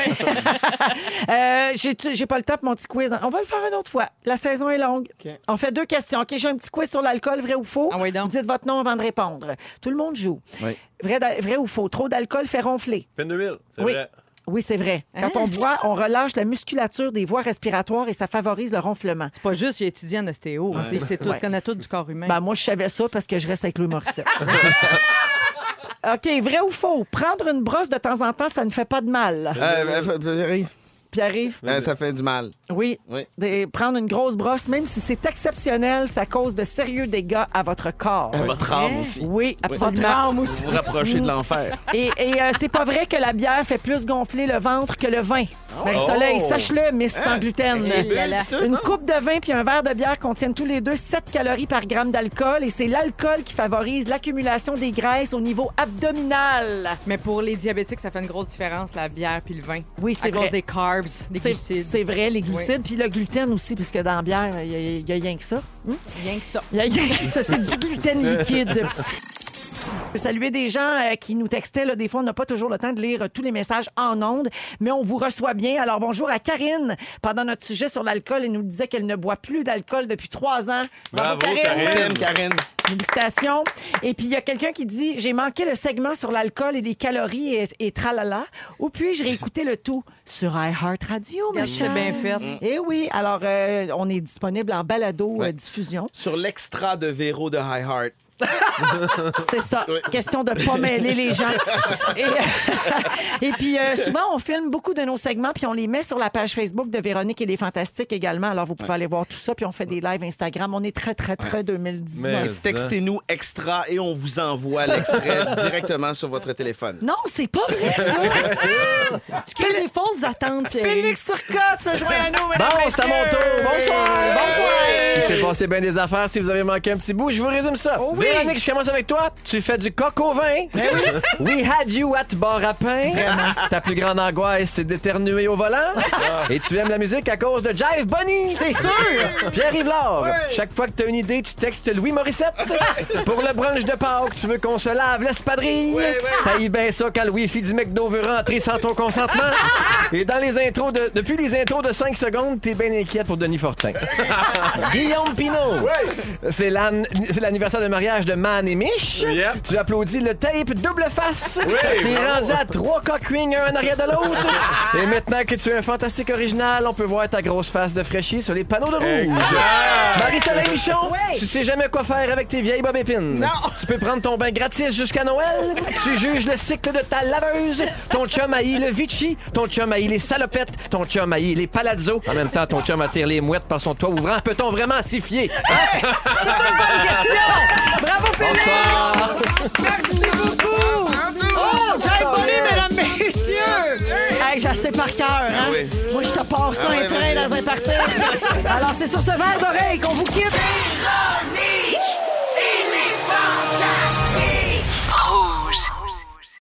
Euh, j'ai- tu- J'ai pas le temps pour mon petit quiz. On va le faire une autre fois. La saison est longue.
OK.
On fait deux questions. OK, j'ai un petit quiz sur l'alcool, vrai ou faux.
Ah oui,
Vous
donc.
dites votre nom avant de répondre. Tout le monde joue.
Oui.
Vrai, d'a- vrai ou faux? Trop d'alcool fait ronfler.
Peine de huile, c'est
Oui.
vrai.
Oui, c'est vrai.
Hein?
Quand on boit, on relâche la musculature des voies respiratoires et ça favorise le ronflement.
C'est pas juste, j'ai étudié en ostéo.
Ouais.
C'est, c'est tout,
Ouais.
connaît tout du corps humain.
Ben, moi, je savais ça parce que je reste avec Louis Morissette. OK, vrai ou faux? Prendre une brosse de temps en temps, ça ne fait pas de mal.
Euh, euh, euh,
Pierre-Yves,
Euh, ça fait du mal.
oui,
Oui.
de prendre une grosse brosse, même si c'est exceptionnel, ça cause de sérieux dégâts à votre corps.
Votre âme aussi.
Oui, absolument.
Vous vous rapprochez de l'enfer.
Et, et, euh, c'est pas vrai que la bière fait plus gonfler le ventre que le vin. Marie-Soleil, sache-le, Miss sans gluten. Une coupe de vin puis un verre de bière contiennent tous les deux 7 calories par gramme d'alcool et c'est l'alcool qui favorise l'accumulation des graisses au niveau abdominal.
Mais pour les diabétiques, ça fait une grosse différence, la bière puis le vin.
Oui, c'est
À
vrai.
cause des carbs, des
C'est-
glucides.
C'est vrai, les glucides. Puis le gluten aussi, puisque dans la bière, il y a- il y, a rien que ça. Hum?
Rien que ça.
Il y a rien que ça, c'est du gluten liquide. Je veux saluer des gens euh, qui nous textaient. Là, des fois, on n'a pas toujours le temps de lire euh, tous les messages en ondes, mais on vous reçoit bien. Alors, bonjour à Karine. Pendant notre sujet sur l'alcool, elle nous disait qu'elle ne boit plus d'alcool depuis trois ans.
Bravo, Karine.
Thème, Karine.
Félicitations. Et puis, il y a quelqu'un qui dit J'ai manqué le segment sur l'alcool et les calories et, et tralala. Ou puis-je réécouter le tout sur iHeartRadio, ma
C'est
chère?
bien fait.
Eh oui, alors euh, on est disponible en balado euh, diffusion.
Sur l'extra de Véro de High Heart.
C'est ça. Question de pas mêler les gens. Et, et puis, euh, souvent, on filme beaucoup de nos segments, puis on les met sur la page Facebook de Véronique et les Fantastiques également. Alors, vous pouvez aller voir tout ça, puis on fait des lives Instagram. On est très, très, très 2019.
Mais-
Textez-nous extra et on vous envoie l'extrait directement sur votre téléphone.
Non, c'est pas vrai, ça!
Tu crées des fausses attentes.
Félix Turcotte se joint à nous,
Bon,
mesdames,
c'est à mon
messieurs.
tour. Bonsoir. Il s'est
Bonsoir!
passé bien des affaires. Si vous avez manqué un petit bout, je vous résume ça.
Oh oui. Eh
Véronique, je commence avec toi. Tu fais du coq au vin. We had you at bar à pain. Ta plus grande angoisse, c'est d'éternuer au volant.
Ah.
Et tu aimes la musique à cause de Jive Bunny.
C'est sûr!
Pierre-Yves Laure, chaque fois que tu as une idée, tu textes Louis Morissette. Pour le brunch de Pâques, tu veux qu'on se lave l'espadrille. T'as eu bien ça quand le Wi-Fi du McDo veut rentrer sans ton consentement. Et dans les intros de, depuis les intros de 5 secondes, t'es bien inquiète pour Denis Fortin. Guillaume Pinot, c'est l'an- c'est l'anniversaire de mariage de Man et Mich.
Yep.
Tu applaudis le tape double face. T'es
bravo.
rendu à trois coq wings, un en arrière de l'autre. Et maintenant que tu es un fantastique original, on peut voir ta grosse face de fraîchie sur les panneaux de rouge. Marie-Soleil Michon, tu sais jamais quoi faire avec tes vieilles bobépines. Tu peux prendre ton bain gratis jusqu'à Noël. tu juges le cycle de ta laveuse. Ton chum haït le Vichy. Ton chum haït les salopettes. Ton chum haït les palazzo. En même temps, ton chum attire les mouettes par son toit ouvrant. Peut-on vraiment s'y fier? hein?
Bravo, Félix! Merci beaucoup! Oh, j'ai volé, mesdames, messieurs! Hey, j'assais par cœur, hein? Moi, je te pars sur un train dans un parterre. Alors, c'est sur ce verre d'oreille qu'on vous quitte.
Véronique!